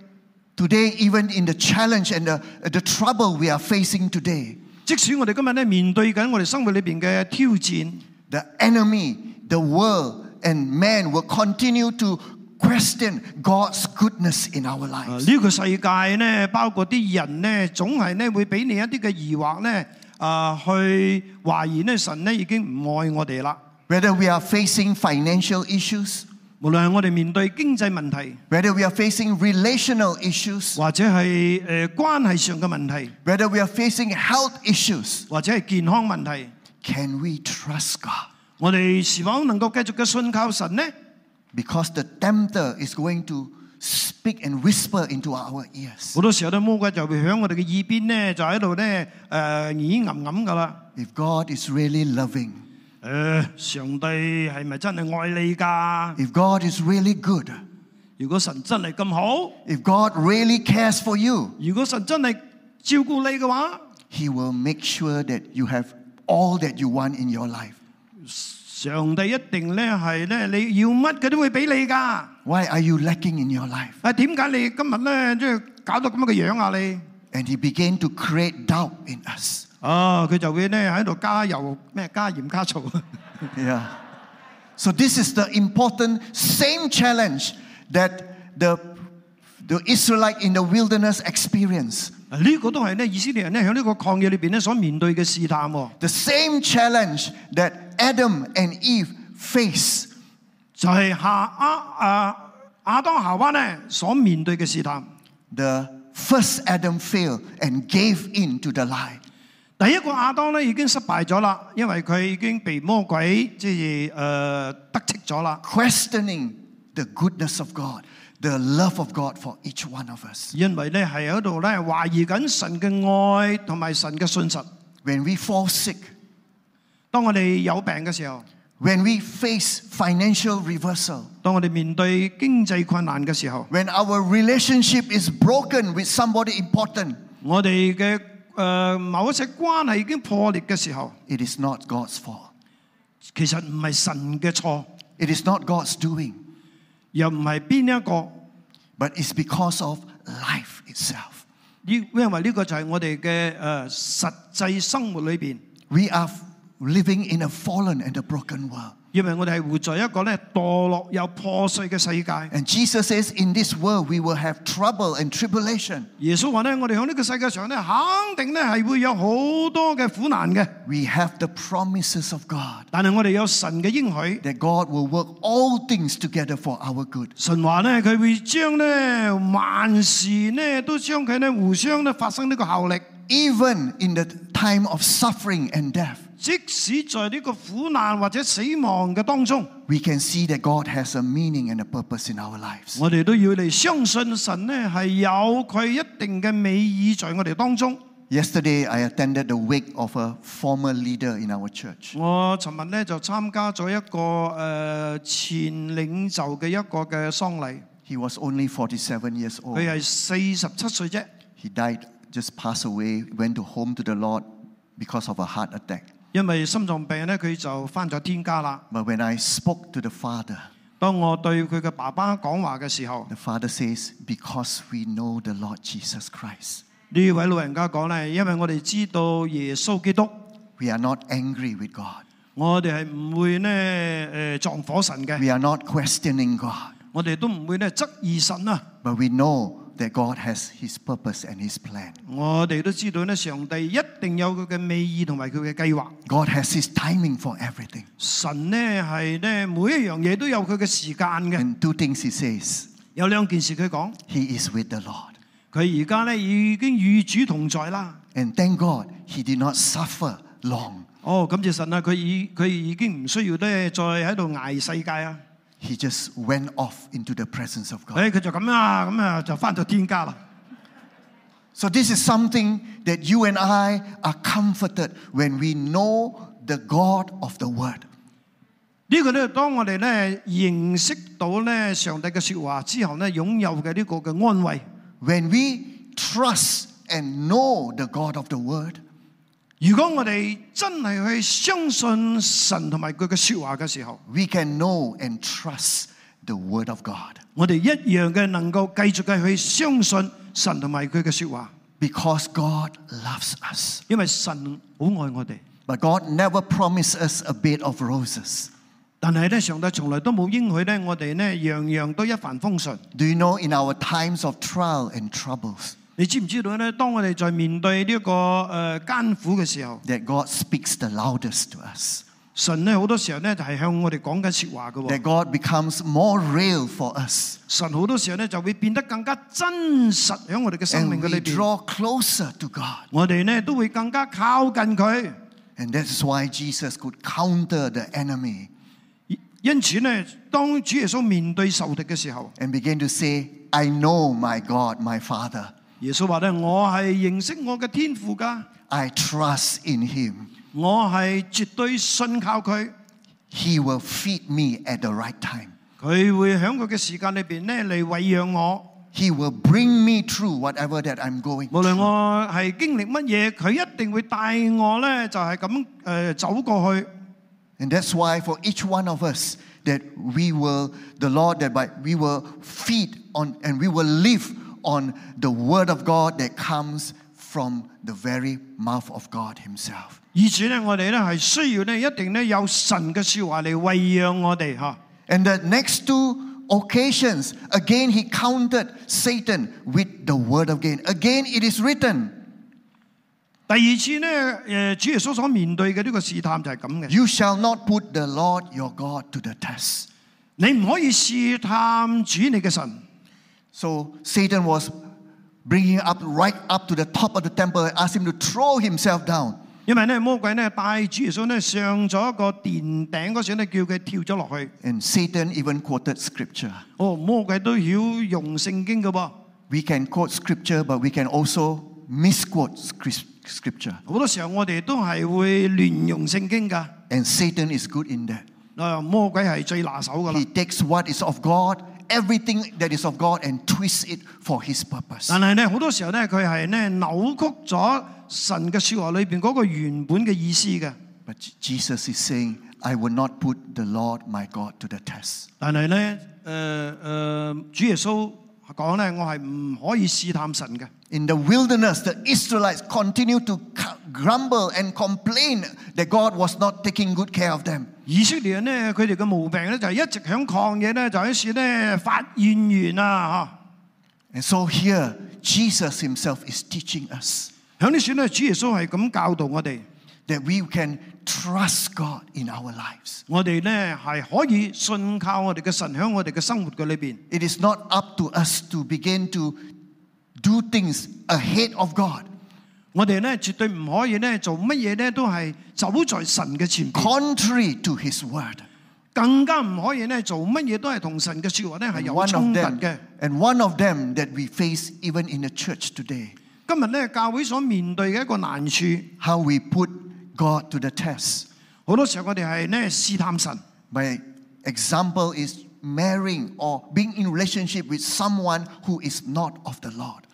Today, even in the challenge and the, the trouble we are facing today,
即使我哋今日呢面對緊我哋生活裏邊嘅挑戰，
the enemy, the world, and man will continue to question God's goodness in our
啊
lives.
呢個世界呢，包括啲人呢，總係呢會俾你一啲嘅疑惑呢，啊去懷疑呢神呢已經唔愛我哋啦。
Whether we are facing financial issues,
無論係我哋面對經濟問題，
whether we are facing relational issues,
或者係誒、呃、關係上嘅問題，
whether we are facing health issues,
或者係健康問題，
can we trust God?
我哋是否能夠繼續嘅信靠神呢？
Because the tempter is going to speak and whisper into our ears.
好多時候咧，魔鬼就會喺我哋嘅耳邊咧，就喺度咧誒咦吟吟噶啦。
If God is really loving,
誒、上帝係咪真係愛你㗎？
if God is really good,
如果神真係咁好，
if God really cares for you,
如果神真係照顧你嘅話，
He will make sure that you have all that you want in your life.
上帝一定咧係咧你要乜佢都會俾你㗎。
Why are you lacking in your life?
啊，點解你今日咧即係搞到咁樣嘅樣啊你？
And He began to create doubt in us. [laughs]
啊，佢就會咧喺度加油咩加鹽加 [laughs] 醋。
Yeah. So this is the important same challenge that the the Israelite in the wilderness experienced.
呢個都係咧以色列人咧喺呢個曠野裏邊咧所面對嘅試探喎，
The same challenge that Adam and Eve faced.
就係夏亞啊亞當夏娃咧所面對嘅試探。
The first Adam failed and gave in to the lie.
第一個亞當咧已經失敗咗啦，因為佢已經被魔鬼即係誒呃得戚咗啦。
questioning the goodness of God, the love of God for each one of us.
因為咧係喺度咧懷疑緊神嘅愛同埋神嘅信實。
When we fall sick,
當我哋有病嘅時候，
when we face financial reversal,
當我哋面對經濟困難嘅時候，
when our relationship is broken with somebody important,
我哋嘅誒某一些關係已經破裂嘅時候，
it is not God's fault.
其實唔係神嘅錯，
It is not God's doing,
又唔係邊一個。
but it's because of life itself.
呢因為呢個就係我哋嘅誒實際生活裏邊，
We are f- living in a fallen and a broken world.
因為我哋係活在一個咧墮落又破碎嘅世界。
And Jesus says, In this world we will have trouble and tribulation.
耶穌話咧，我哋喺呢個世界上咧，肯定咧係會有好多嘅苦難嘅，
We have the promises of God.
但係我哋有神嘅應許。
that God will work all things together for our good.
神話咧，佢會將咧萬事咧都將佢咧互相咧發生呢個效力，
Even in the time of suffering and death,
即使在呢個苦難或者死亡嘅當中，
we can see that God has a meaning and a purpose in our lives.
我哋都要嚟相信神咧係有佢一定嘅美意在我哋當中。
Yesterday, I attended the wake of a former leader in our church.
我尋日咧就參加咗一個誒、呃前領袖嘅一個嘅喪禮，
He was only 47 years
佢
old.
係四十七歲啫，
He died, just passed away, went to home to the Lord because of a heart attack.
因為心臟病咧佢就翻咗天家啦。
But when I spoke to the father,
當我對佢嘅爸爸講話嘅時候，
the father says, Because we know the Lord Jesus Christ,
呢位老人家講咧，因為我哋知道耶穌基督，
we are not angry with God.
我哋係唔會咧誒撞火神嘅，
We are not questioning God,
我哋都唔會咧質疑神啊！
but we know that God has His purpose and His plan.
我哋都知道咧，上帝一定有佢嘅美意同埋佢嘅計劃。
God has His timing for everything.
神咧係咧每一樣嘢都有佢嘅時間嘅。
And two things He says
有兩件事佢講，
He is with the Lord.
佢而家咧已經與主同在啦。
And thank God, He did not suffer long.
哦，感謝神啊！佢已佢已經唔需要咧再喺度捱世界啊！
He just went off into the presence of
誒、
God.
佢就咁啦，咁啊就翻到天家啦。
So, this is something that you and I are comforted when we know the God of the Word.
呢個咧，當我哋咧認識到咧上帝嘅説話之後咧，擁有嘅呢個嘅安慰。
When we trust and know the God of the Word,
如果我哋真係去相信神同埋佢嘅説話嘅時候，
we can know and trust the Word of God
我哋一樣嘅能夠繼續嘅去相信神同埋佢嘅説話，
because God loves us.
因為神好愛我哋。
But God never promised us a bed of roses.
但係咧，上帝從來都冇應許咧，我哋咧樣樣都一帆風順。
Do you know in our times of trial and troubles
你知唔知道咧？當我哋在面對呢、一個誒、呃、艱苦嘅時候，
that God speaks the loudest to us?
神咧好多時候咧就係、向我哋講緊説話嘅喎。
That God becomes more real for us
神好多時候咧就會變得更加真實喺我哋嘅生
and
命嘅
we
裏邊。
draw closer to God.
我哋咧都會更加靠近佢。
And that's why Jesus could counter the enemy
因此咧，當主耶穌面對仇敵嘅時候，
and begin to say, I know my God, my Father.
耶穌話咧：我係認識我嘅天父㗎，
I trust in him.
我係絕對信靠佢，
He will feed me at the right time.
佢會喺佢嘅時間裏邊咧嚟餵養我。
He will bring me through whatever that I'm going
無論
through.
我係經歷乜嘢，佢一定會帶我咧就係咁誒走過去。
And that's why for each one of us that we will the Lord that by we will feed on and we will live on the word of God that comes from the very mouth of God himself.
以此咧，我哋咧係需要咧一定咧有神嘅説話嚟餵養我哋嚇。
And the next two occasions again he countered Satan with the word again. Again it is written,
第二次咧，誒主耶穌所面對嘅呢個試探就係咁嘅，
you shall not put the Lord your God to the test.
你唔可以試探主你嘅神。
So Satan was bringing up right up to the top of the temple and asked him to throw himself down.
因為咧魔鬼咧帶主耶穌咧上咗一個殿頂嗰時咧，叫佢跳咗落去。
And Satan even quoted scripture.
哦，魔鬼都曉用聖經嘅噃，好
We can quote scripture, but we can also misquote scri- scripture.
多時候我哋都係會亂用聖經㗎。
And Satan is good in that.
啊，魔鬼係最拿手㗎啦
He。takes what is of God, everything that is of God, and twists it for his purpose.
但係咧好多時候咧，佢係咧扭曲咗神嘅説話裏邊嗰個原本嘅意思嘅。
But J- Jesus is saying, I will not put the Lord my God to the test.
但係咧，誒、呃、誒，主耶穌講咧，我係唔可以試探神嘅。
In the wilderness, the Israelites continued to c- grumble and complain that God was not taking good care of them.
以色列人咧，佢哋嘅毛病咧就係一直響曠野咧，就喺處咧發怨言啊！
And so here, Jesus himself is teaching us
嚇，響呢處咧，主耶穌係咁教導我哋，
that we can trust God in our lives.
我哋咧係可以信靠我哋嘅神響我哋嘅生活嘅裏邊。
It is not up to us to begin to do things ahead of God,
我哋咧絕對唔可以咧做乜嘢咧都係走在神嘅前邊，
contrary to his word.
更加唔可以咧做乜嘢都係同神嘅説話咧係
And
有
one
衝
of
突嘅
them,。and one of them that we face even in the church today,
今日咧教會所面對嘅一個難處。
how we put God to the test.
好多時候我哋係咧試探神。
My example is marrying or being in relationship with someone who is not of the Lord.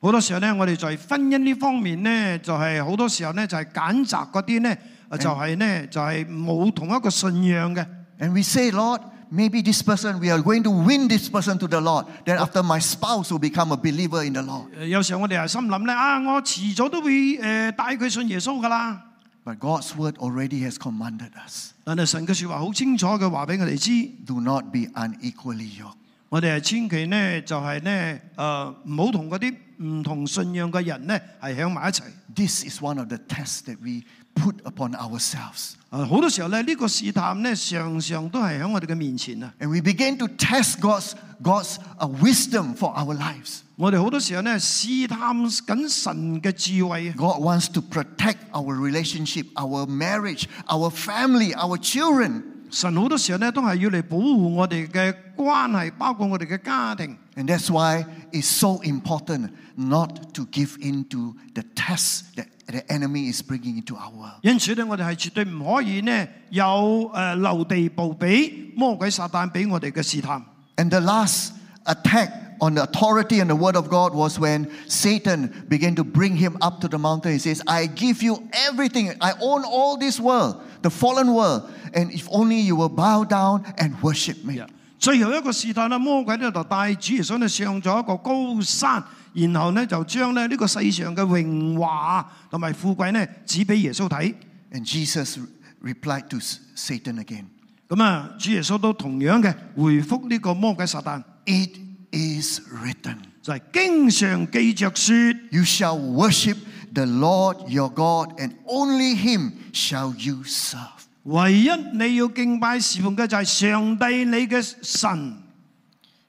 好多時候咧，我哋在婚姻呢方面咧，就係、好多時候咧就係揀擇嗰啲咧，呃就係、咧就係、冇同一個信仰嘅。
And we say, Lord, maybe this person, we are going to win this person to the Lord. Then after my spouse will become a believer in the Lord.
呃有時候我哋係心諗咧啊，我遲早都會誒、呃、帶佢信耶穌噶啦。
But God's word already has commanded us
但係神嘅説話好清楚嘅話俾我哋知，
do not be unequally yoked.
我哋係千祈呢，就係、呢，誒唔好同嗰啲唔同信仰嘅人呢係響埋一齊。
This is one of the tests that we put upon ourselves.
誒啊好多時候咧，呢、個試探呢，常常都係喺我哋嘅面前啊！
And we begin to test God's, God's uh, wisdom for our lives.
我哋好多時候呢，試探緊神嘅智慧啊！
God wants to protect our relationship, our marriage, our family, our children.
神好多時候呢，都係要嚟保護我哋嘅關係，包括我哋嘅家庭。
And that's why it's so important not to give in to the tests that the enemy is bringing into our world.
因此咧，我哋係絕對唔可以呢有誒、呃留地步俾魔鬼撒旦俾我哋嘅試探。
And the last attack on the authority and the word of God was when Satan began to bring him up to the mountain. He says, I give you everything. I own all this world, the fallen world. And if only you will bow down and worship me.
最後一個試探咧，魔鬼呢就帶主耶穌咧上咗一個高山，然後呢就將咧呢個世上嘅榮華同埋富貴呢指俾耶穌睇。
And Jesus re- replied to S- Satan again,
咁啊，主耶穌都同樣嘅回覆呢個魔鬼撒旦，
It is written,
就係、經常記着說：
You shall worship the Lord your God, and only him shall you serve.
唯一你要敬拜侍奉嘅就係上帝你嘅神。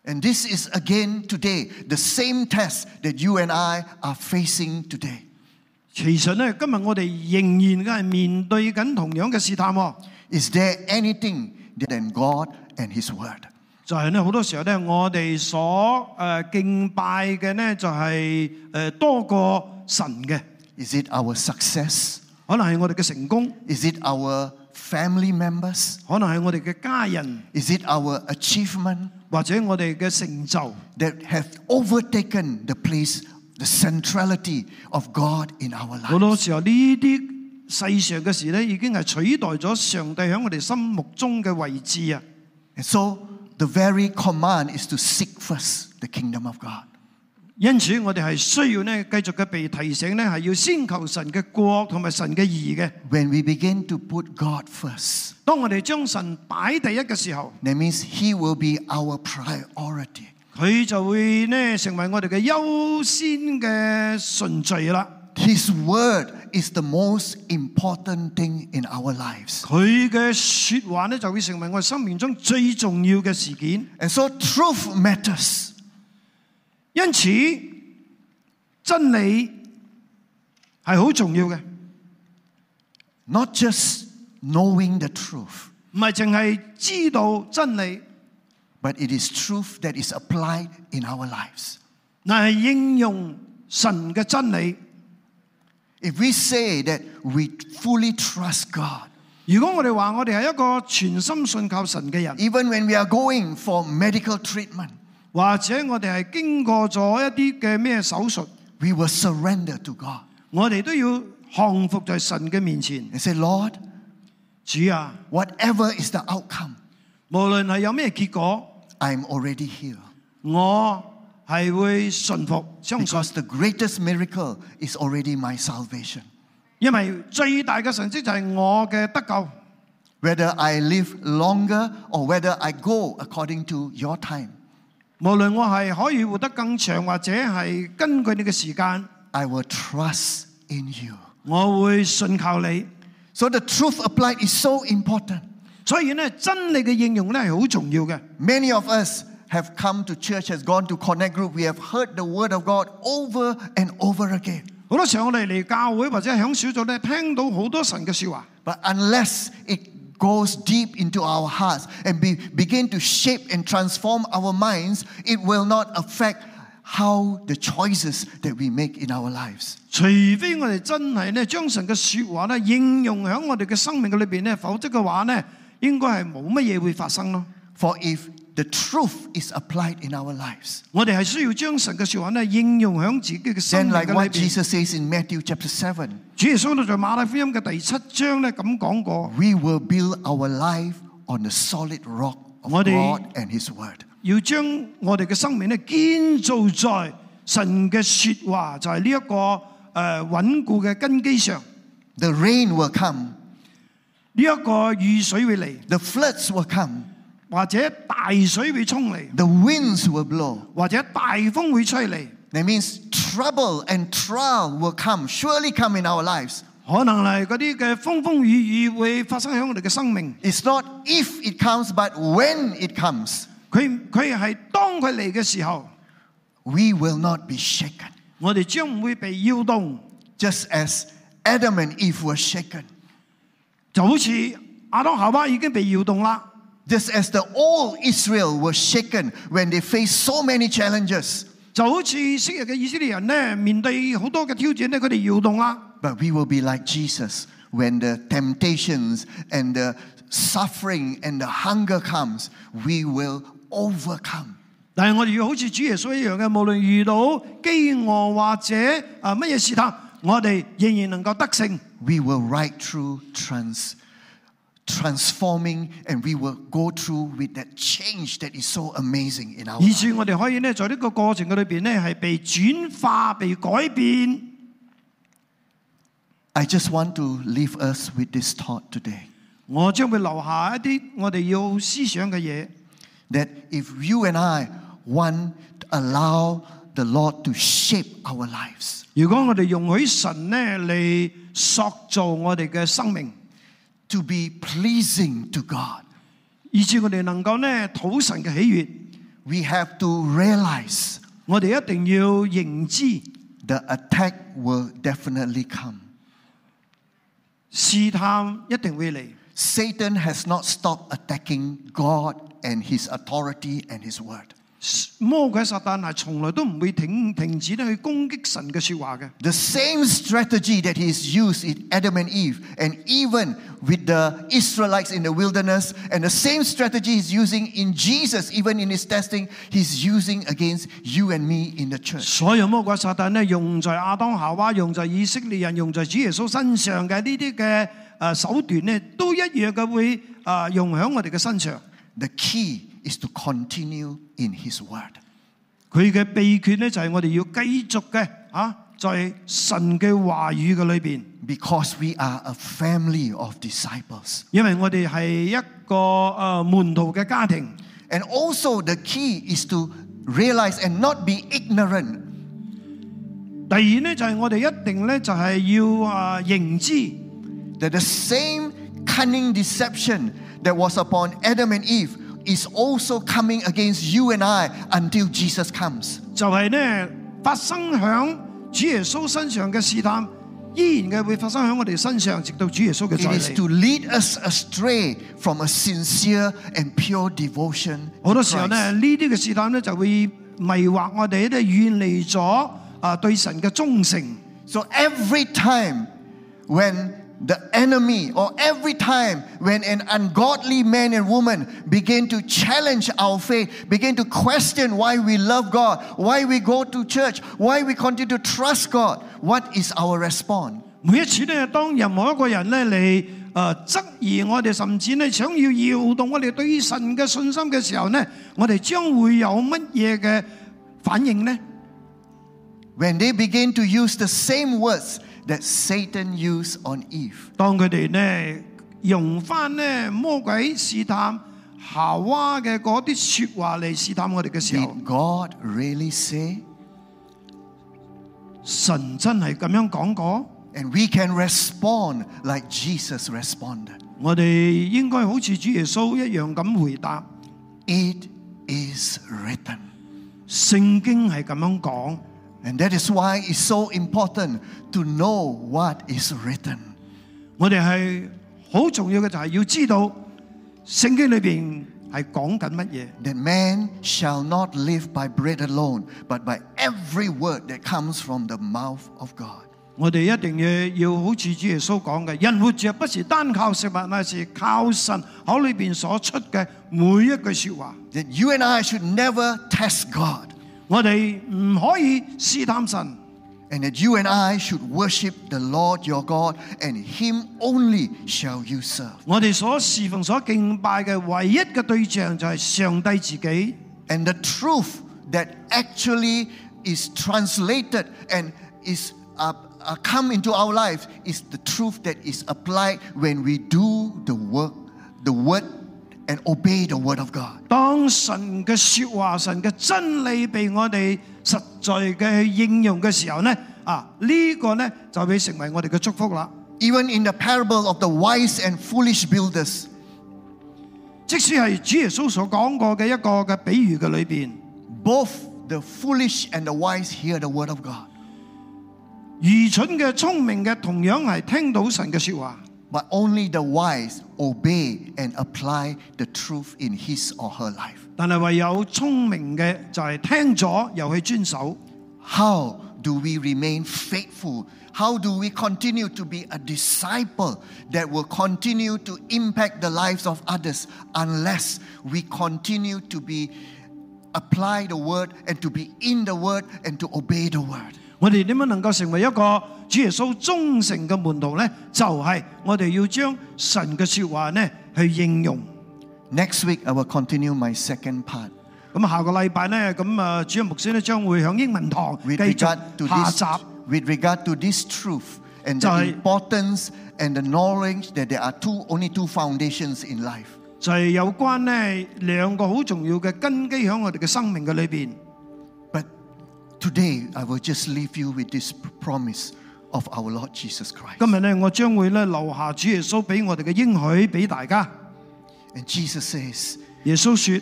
And this is again today the same test that you and I are facing today.
其實咧，今日我哋仍然嘅係面對緊同樣嘅試探喎，
Is there anything other than God and His Word?
就係咧好多時候咧，我哋所誒、呃敬拜嘅咧就係、呃多過神嘅，
Is it our success?
可能係我哋嘅成功，
Is it our family members?
可能係我哋嘅家人，
Is it our achievement
或者我哋嘅成就，
that have overtaken the place, the centrality of God in our
好
life?
多時候呢啲世上嘅事咧已經係取代咗上帝喺我哋心目中嘅位置啊！
And so the very command is to seek first the kingdom of God.
因此我哋係需要咧繼續嘅被提醒咧，係要先求神嘅國同埋神嘅義嘅。
When we begin to put God first,
當我哋將神擺第一嘅時候，
that means He will be our priority.
佢就會呢成為我哋嘅優先嘅順序啦。
His word is the most important thing in our lives.
佢嘅説話呢就會成為我哋生命中最重要嘅事件。
And so truth matters.
因此，真理係好重要嘅，
Not just knowing the truth,
唔係淨係知道真理，
but it is truth that is applied in our lives.
但係應用神嘅真理。
If we say that we fully trust God,
如果我哋話我哋係一個全心信靠神嘅人，
even when we are going for medical treatment,
或者我哋係經過咗一啲嘅咩手術，
we will surrender to God
我哋都要降服在神嘅面前。
and say, Lord,
主啊，
whatever is the outcome,
無論係有咩結果，
I'm already here.
我係會信服相信，
Because the greatest miracle is already my salvation.
因為最大嘅神蹟就係我嘅得救。
whether I live longer or whether I go according to your time,
無論我係可以活得更長，或者係根據你嘅時間，
I will trust in you.
我會信靠你。
So the truth applied is so important.
所以呢，真理嘅應用呢係好重要嘅。
Many of us have come to church, has gone to Connect Group. We have heard the word of God over and over again.
好多時候我哋嚟教會或者響小組呢，聽到好多神嘅説話，
But unless it goes deep into our hearts and be, begin to shape and transform our minds, it will not affect how the choices that we make in our lives.
除非我哋真係呢將神嘅説話呢應用喺我哋嘅生命嘅裏邊呢，否則嘅話呢，應該係冇乜嘢會發生咯。
For if the truth is applied in our lives,
我哋係需要將神嘅説話咧應用喺自己嘅生
then
命
like
嘅裏
what
邊。
Jesus says in Matthew chapter 7,
主耶穌咧在馬太福音嘅第七章咧咁講過，
we will build our life on the solid rock of
What do you-
God and His Word.
要將我哋嘅生命咧建造在神嘅説話，就係呢一個誒穩固嘅根基上。
The rain will come,
呢一個雨水會嚟，
the floods will come,
或者大水會衝嚟，
the winds will blow.
或者大風會吹嚟，
That means trouble and trial will come, surely come in our lives.
可能係嗰啲嘅風風雨雨會發生喺我哋嘅生命。
It's not if it comes, but when it comes,
佢佢係當佢嚟嘅時候，
we will not be shaken.
我哋將唔會被搖動，
Just as Adam and Eve were shaken,
就好似亞當夏娃已經被搖動啦。
just as the old Israel was shaken when they faced so many challenges.
就好似昔日嘅以色列人呢，面對好多嘅挑戰呢，佢哋搖動啦。
But we will be like Jesus when the temptations and the suffering and the hunger comes, we will overcome.
但係我哋要好似主耶穌一樣嘅，無論遇到飢餓或者啊乜嘢試探，我哋仍然能夠得勝。
We will ride through trans transforming and we will go through with that change that is so amazing in our
以
life.
致我哋可以呢，在呢個過程嘅裏邊呢，係被轉化、被改變。
I just want to leave us with this thought today
我將會留下一啲我哋要思想嘅嘢。
that if you and I want to allow the Lord to shape our lives,
如果我哋容許神呢嚟塑造我哋嘅生命，
to be pleasing to God,
以致我哋能夠呢討神嘅喜悦，
we have to realize
我哋一定要認知
the attack will definitely come.
試探一定會嚟。
Satan has not stopped attacking God and his authority and his word.
魔鬼撒旦係從來都唔會停停止咧去攻擊神嘅说話嘅。
The same strategy that he's used in Adam and Eve, and even with the Israelites in the wilderness, and the same strategy he's using in Jesus, even in his testing, he's using against you and me in the church.
所有魔鬼撒旦咧用在亞當夏娃、用在以色列人、用在主耶穌身上嘅呢啲嘅诶手段咧，都一樣嘅會诶用喺我哋嘅身上。
The key is to continue in his word.
佢嘅秘訣咧就係我哋要繼續嘅啊，在神嘅話語嘅裏边，
Because we are a family of disciples.
因為我哋係一個诶门徒嘅家庭。
And also, the key is to realize and not be ignorant
第二咧就係我哋一定咧就係要啊认知。
that the same cunning deception that was upon Adam and Eve is also coming against you and I until Jesus comes.
就係呢發生響主耶穌身上嘅試探，依然嘅會發生響我哋身上，直到主耶穌嘅
It
再
is to
嚟。
lead us astray from a sincere and pure devotion. to
好多時候
Christ.
呢，呢啲嘅試探呢就會迷惑我哋咧，遠離咗啊對神嘅忠誠。
So every time when the enemy, or every time when an ungodly man and woman begin to challenge our faith, begin to question why we love God, why we go to church, why we continue to trust God, what is our response?
每一次呢，當任何一個人呢嚟啊質疑我哋，甚至呢想要搖動我哋對神嘅信心嘅時候呢，我哋將會有乜嘢嘅反應呢？
When they begin to use the same words that Satan used on Eve,
當佢哋呢用翻呢魔鬼試探夏娃嘅嗰啲说話嚟試探我哋嘅時候，
did God really say?
神真係咁樣講過？
And we can respond like Jesus responded
我哋應該好似主耶穌一樣咁回答。
It is written.
聖經係咁樣講，
And that is why it's so important to know what is written.
我哋係好重要嘅就係要知道聖經裏边係講緊乜嘢。
That man shall not live by bread alone, but by every word that comes from the mouth of God.
我哋一定要要好似主耶穌講嘅，人活着不是單靠食物，乃是靠神口裏边所出嘅每一句说話。
That you and I should never test God,
我哋唔可以試探神，
and that you and I should worship the Lord your God, and Him only shall you serve.
我哋所侍奉、所敬拜嘅唯一嘅對象就係上帝自己。
And the truth that actually is translated and is uh, uh, come into our life is the truth that is applied when we do the work, the word, and obey the word of God.
当神嘅说话、神嘅真理被我哋实在嘅应用嘅时候呢，啊呢、個个呢就会成为我哋嘅祝福啦。
Even in the parable of the wise and foolish builders,
即使係主耶穌所講過嘅一個嘅比喻嘅裏边，
both the foolish and the wise hear the word of God,
愚蠢嘅、聰明嘅，同樣係聽到神嘅说話，
but only the wise obey and apply the truth in his or her life.
但係唯有聰明嘅就係聽咗又去遵守。
How do we remain faithful? How do we continue to be a disciple that will continue to impact the lives of others unless we continue to be apply the word and to be in the word and to obey the word?
我哋點樣能夠成為一個主耶穌忠誠嘅門徒呢？就係我哋要將神嘅说話呢去應用。
Next week I will continue my second part
咁下個禮拜呢，咁啊，主任牧師呢將會響英文堂繼
with
續
regard to
下
this
集。
with regard to this truth and the
就係-
importance and the knowledge that there are two only two foundations in life.
就係有關呢兩個好重要嘅根基喺我哋嘅生命嘅裏邊。
But today, I will just leave you with this promise of our Lord Jesus Christ.
今日呢，我將會咧留下主耶穌俾我哋嘅應許俾大家。
And Jesus says,
耶穌說：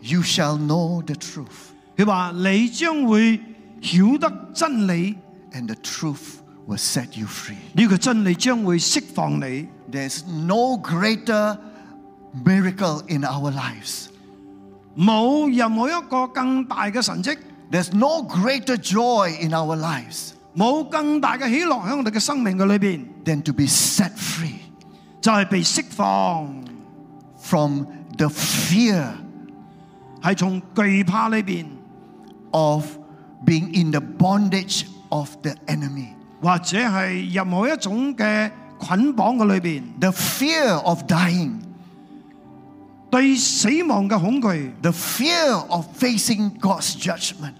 You shall know the truth,
佢話你將會曉得真理，
and the truth will set you free.
呢、個真理將會釋放你。
There's no greater miracle in our lives,
冇任何一個更大嘅神蹟，
there's no greater joy in our lives
冇更大嘅喜樂喺我哋嘅生命嘅裏邊，
than to be set free
就係、被釋放，
from the fear
係從懼怕裏邊
of being in the bondage of the enemy,
或者係任何一種嘅捆綁嘅裏邊，
the fear of dying.
對死亡嘅恐懼，
the fear of facing God's judgment.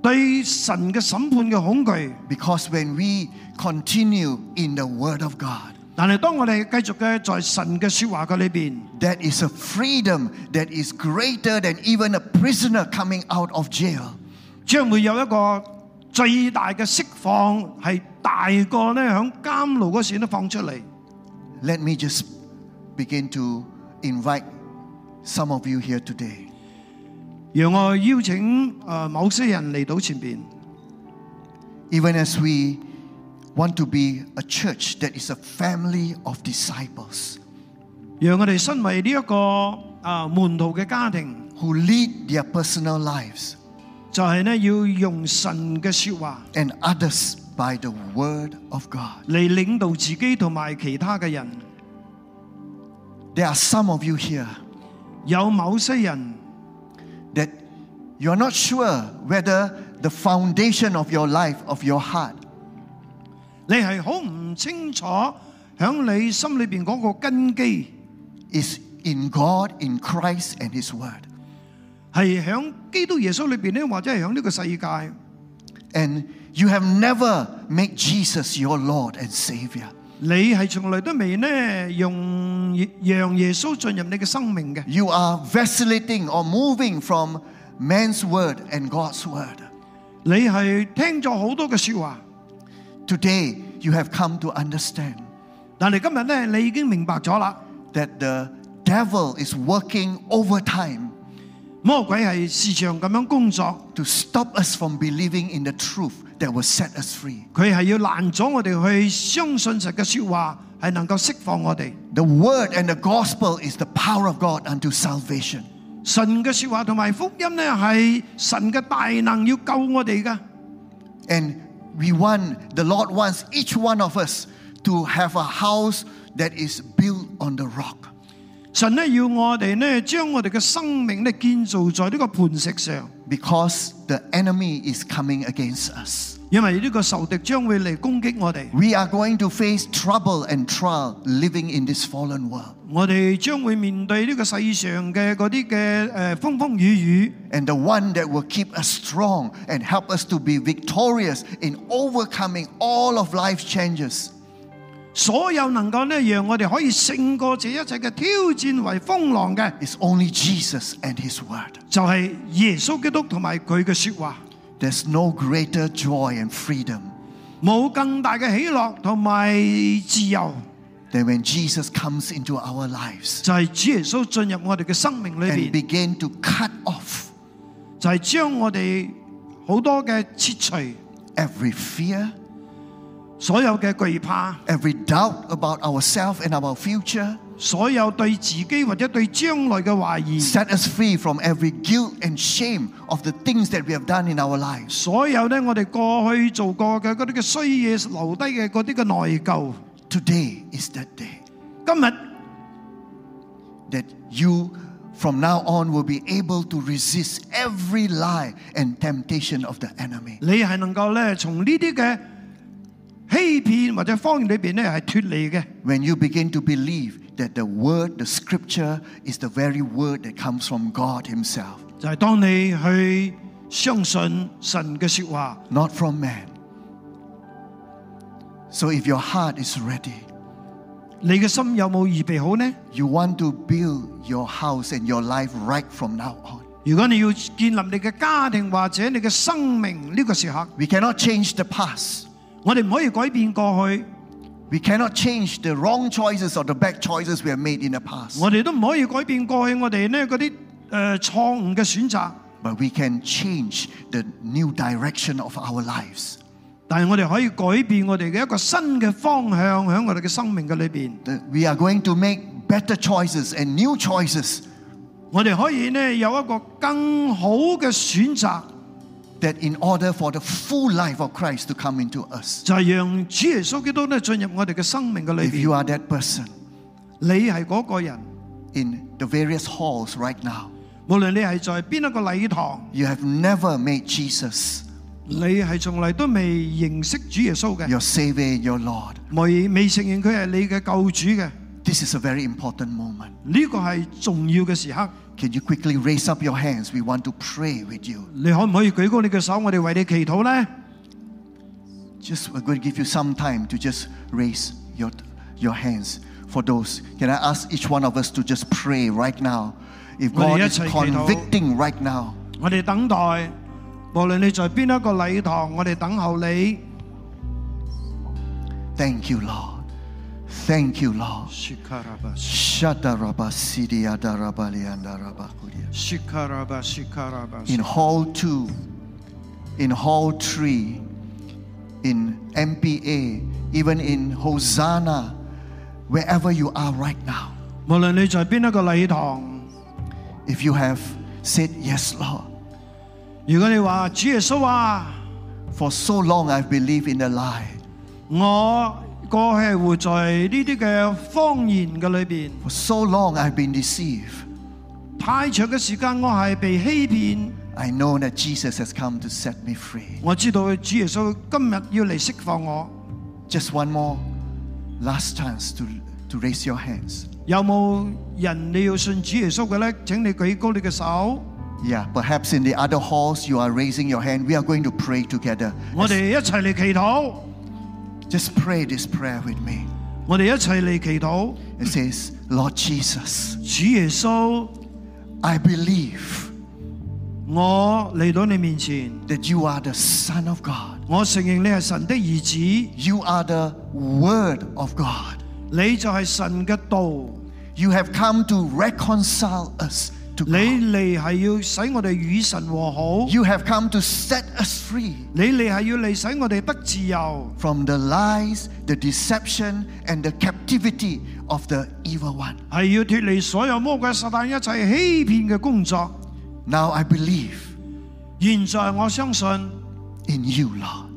對神嘅審判嘅恐懼。
Because when we continue in the Word of God,
但係當我哋繼續嘅在神嘅説話嘅裏邊，
that is a freedom that is greater than even a prisoner coming out of jail.
將會有一個最大嘅釋放，係大過咧響監牢嗰時都放出嚟。
Let me just begin to invite some of you here today.
讓我邀請誒某些人嚟到前邊，
Even as we want to be a church that is a family of disciples
讓我哋身為呢一個啊門徒嘅家庭，
who lead their personal lives
就係咧要用神嘅説話
and others by the Word of God.
嚟領導自己同埋其他嘅人。
There are some of you here
有某些人，
that you're not sure whether the foundation of your life, of your heart,
你係好唔清楚響你心裏邊嗰個根基。
is in God, in Christ, and His Word.
係喺基督耶穌裏邊咧，或者係喺呢個世界，
And you have never made Jesus your Lord and Savior.
你係從來都未呢用讓耶穌進入你嘅生命嘅，
You are vacillating or moving from man's Word and God's Word.
你係聽咗好多嘅説話，
Today, you have come to understand
但係今日呢，你已經明白咗啦，
that the devil is working overtime
魔鬼係時常咁樣工作，
to stop us from believing in the truth that will set us free.
佢係要攔阻我哋去相信神嘅説話係能夠釋放我哋。
The word and the gospel is the power of God unto salvation.
神嘅説話同埋福音呢，係神嘅大能要救我哋噶。
And we want, the Lord wants each one of us to have a house that is built on the rock.
神呢，要我哋呢，將我哋嘅生命呢，建造在呢個磐石上。
Because the enemy is coming against us.
因為呢個仇敵將會嚟攻擊我哋，
We are going to face trouble and trial living in this fallen world.
我哋將會面對呢個世上嘅嗰啲嘅誒風風雨雨，
And the one that will keep us strong and help us to be victorious in overcoming all of life's changes
所有能夠呢讓我哋可以勝過這一切嘅挑戰為風浪嘅，
is only Jesus and His Word.
就係、耶穌基督同埋佢嘅説話，
There's no greater joy and freedom
冇更大嘅喜樂同埋自由，
than when Jesus comes into our lives
就係、主耶穌進入我哋嘅生命裏
and
邊，
begin to cut off
就係、將我哋好多嘅切除，
every fear,
所有嘅懼怕，
every doubt about ourselves and our future,
所有對自己或者對將來嘅懷疑。
set us free from every guilt and shame of the things that we have done in our lives.
所有咧，我哋過去做過嘅嗰啲嘅衰嘢，留低嘅嗰啲嘅內疚，
Today is that day
今日
that you from now on will be able to resist every lie and temptation of the enemy.
你係能夠咧從呢啲嘅欺騙或者謊言裏邊咧係脱離嘅。
When you begin to believe that the word, the scripture, is the very word that comes from God Himself,
就係、當你去相信神嘅説話，
not from man. So if your heart is ready,
你嘅心有冇預備好呢？
you want to build your house and your life right from now on.
如果你要建立你嘅家庭或者你嘅生命呢個時刻，
We cannot change the past.
我哋唔可以改變過去，
We cannot change the wrong choices or the bad choices we have made in the past.
我哋都唔可以改變過去我哋呢嗰啲誒錯誤嘅選擇。
But we can change the new direction of our lives.
但係我哋可以改變我哋嘅一個新嘅方向，喺我哋嘅生命嘅裏邊，
That we are going to make better choices and new choices
我哋可以呢有一個更好嘅選擇，
that in order for the full life of Christ to come into us.
就係、讓主耶穌基督咧進入我哋嘅生命嘅裏
If you
邊。
are that person
你係嗰個人，
in the various halls right now,
無論你係在邊一個禮堂，
you have never made Jesus
你係從嚟都未認識主耶穌嘅，
your Savior, and your Lord.
未未承認佢係你嘅救主嘅，
This is a very important moment.
呢個係重要嘅時刻。
Can you quickly raise up your hands? We want to pray with you.
你可唔可以舉高你嘅手，我哋為你祈禱呢？
Just we're going to give you some time to just raise your your hands for those. Can I ask each one of us to just pray right now? If God is
我哋一齊祈禱。
convicting right now,
我哋等待，無論你在邊一個禮堂，我哋等候你。
thank you, Lord. Thank you, Lord.
Shikarabash,
Shadaraba sidiyadaraba liyandaraba kudiya.
shikarabash, shikarabash.
In Hall 2, in Hall 3, in MPA, even in Hosanna, wherever you are right now.
無論你在邊一個禮堂，
If you have said, Yes, Lord,
如果你話主耶穌啊，
For so long I've believed in the lie.
我過去係活在呢啲嘅謊言嘅裏邊，
For so long I've been deceived.
太長嘅時間我係被欺騙。
I know that Jesus has come to set me free.
我知道主耶穌今日要嚟釋放我，
Just one more last chance to, to raise your hands.
有冇人你要信主耶穌嘅呢？請你舉高你嘅手，
Yeah, perhaps in the other halls you are raising your hand. We are going to pray together.
我哋一齊嚟祈禱，
Just pray this prayer with me.
我哋一齊嚟祈禱。
It says, Lord Jesus,
主耶穌，
I believe
我嚟到你面前。
that you are the Son of God.
我承認你係神的兒子，
You are the Word of God.
你就係神嘅道，
You have come to reconcile us to
你
God.
嚟係要使我哋與神和好，
You have come to set us free
你嚟係要嚟使我哋得自由，
from the lies, the deception, and the captivity of the evil one.
係要脱離所有魔鬼撒旦一切欺騙嘅工作。
Now I believe
現在我相信，
in you, Lord.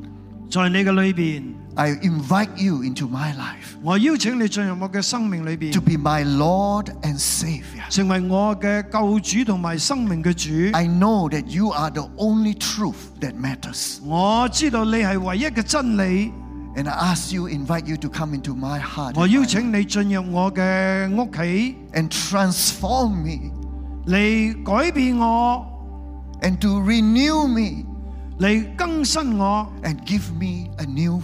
在你嘅裏邊，
I invite you into my life
我邀請你進入我嘅生命裏邊
to，be my Lord and Savior.
成為我嘅救主同埋生命嘅主。
I know that you are the only truth that matters.
我知道你係唯一嘅真理，
And I ask you, invite you to come into my heart and
我邀
my
請你進入我嘅屋企，
life and transform me
嚟改變我，
and to renew me
嚟更新我，
and give me a new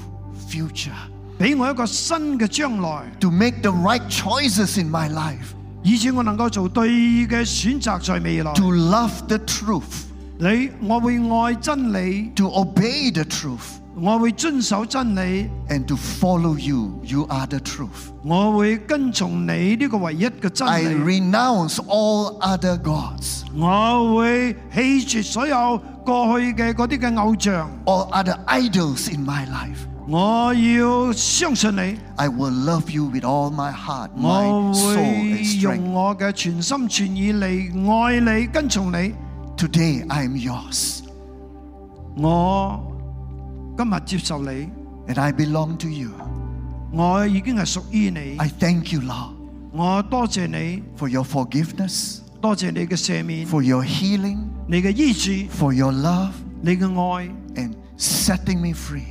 future.
俾我一個新嘅將來，
To make the right choices in my life,
以至我能夠做對嘅選擇在未來。
to love the truth,
你我會愛真理，
to obey the truth,
我會遵守真理，
and to follow you. You are the truth.
我會跟從你呢個唯一嘅
I
真理。
renounce all other gods,
我會棄絕所有過去嘅嗰啲嘅偶像，
all other idols in my life.
我要相信你，
I will love you with all my heart,
我
my soul,
會
and
用
strength.
我嘅全心全意嚟愛你，跟從你。
Today I am yours,
我今日接受你，
and I belong to you.
我已經係屬於你，
I thank you, Lord,
我多謝你，
for your forgiveness,
多謝你嘅赦免，
for your healing,
你嘅醫治，
for your love,
你嘅愛
and setting me free.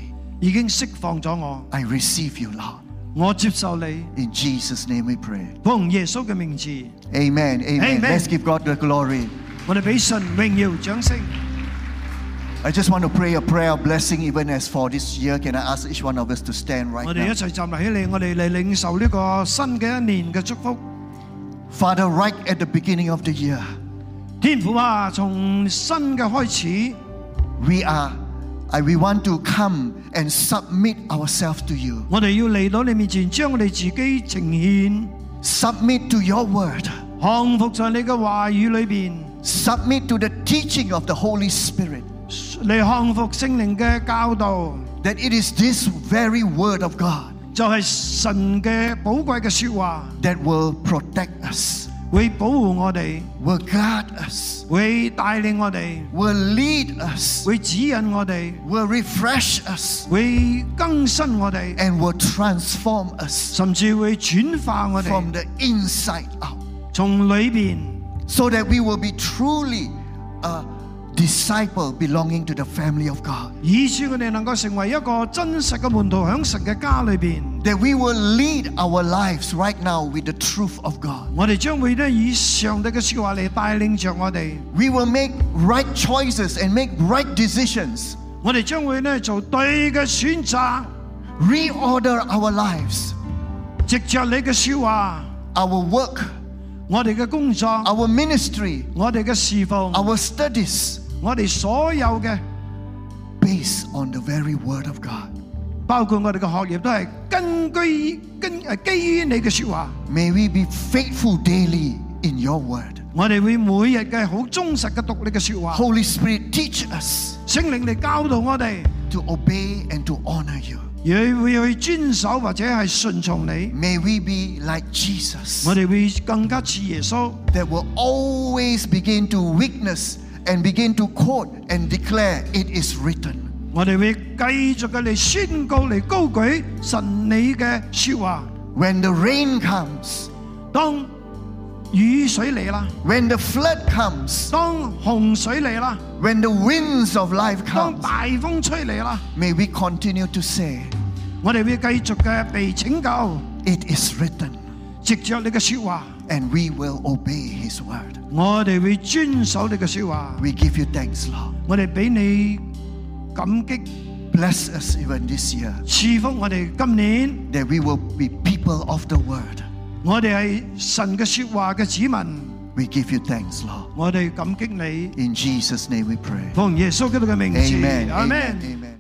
已經釋放咗我，
I receive you, Lord.
我接受你，
In Jesus' name we pray.
奉耶穌嘅名字，
Amen. Amen.
Amen.
Let's give God the glory.
我哋俾神榮耀掌聲。
I just want to pray a prayer of blessing even as for this year. Can I ask each one of us to stand right
我哋
now?
一齊站立起嚟，我哋嚟領受呢個新嘅一年嘅祝福。
Father, right at the beginning of the year,
天父啊，從新嘅開始，
we are I, we want to come and submit ourselves to you.
我哋要嚟到你面前，將我哋自己呈現，
Submit to your word.
降服在你嘅話語裏邊，
Submit to the teaching of the Holy Spirit.
嚟降服聖靈嘅教導，
That it is this very word of God
就係、神嘅寶貴嘅説話，
that will protect us,
會保護我哋，
will guard us,
會帶領我哋，
will lead us,
會指引我哋，
will refresh us,
會更新我哋，
and will transform us
甚至會轉化我
from the
哋，
inside out.
從裏邊。
so that we will be truly a disciple belonging to the family of God.
以致我哋能夠成為一個真實嘅門徒，喺神嘅家裏邊，
That we will lead our lives right now with the truth of God.
我哋將會咧以上帝嘅説話嚟帶領着我哋，
We will make right choices and make right decisions,
我哋將會咧做對嘅選擇，
reorder our lives,
藉着你嘅説話，
our work,
我哋嘅工作，
our ministry,
我哋嘅侍奉，
our studies,
我哋所有嘅，
based on the very word of God.
包括我哋嘅學業，都係根據根誒基於你嘅説話，
May we be faithful daily in your word.
我哋會每日嘅好忠實嘅讀你嘅説話，
Holy Spirit, teach us
聖靈嚟教導我哋，
to obey and to honor you.
亦會去遵守或者係順從你，
May we be like Jesus
我哋會更加似耶穌。
that will always begin to witness and begin to quote and declare it is written.
我哋會繼續嘅嚟宣告嚟高舉神你嘅说話。
When the rain comes,
當雨水嚟啦，
when the flood comes,
當洪水嚟啦，
when the winds of life
當
comes,
大風吹嚟啦，
may we continue to say
我哋會繼續嘅被拯救，
it is written
藉着你嘅说話，
and we will obey his word.
我哋會遵守你嘅说話。
We give you thanks, Lord.
我哋俾你感激，
Bless us even this year
赐福我哋今年，
that we will be people of the word.
我哋係神嘅说話嘅子民，
We give you thanks, Lord.
我哋感激你，
In Jesus' name we pray.
奉耶穌基督嘅名字，
Amen.
阿
Amen.
門。
Amen.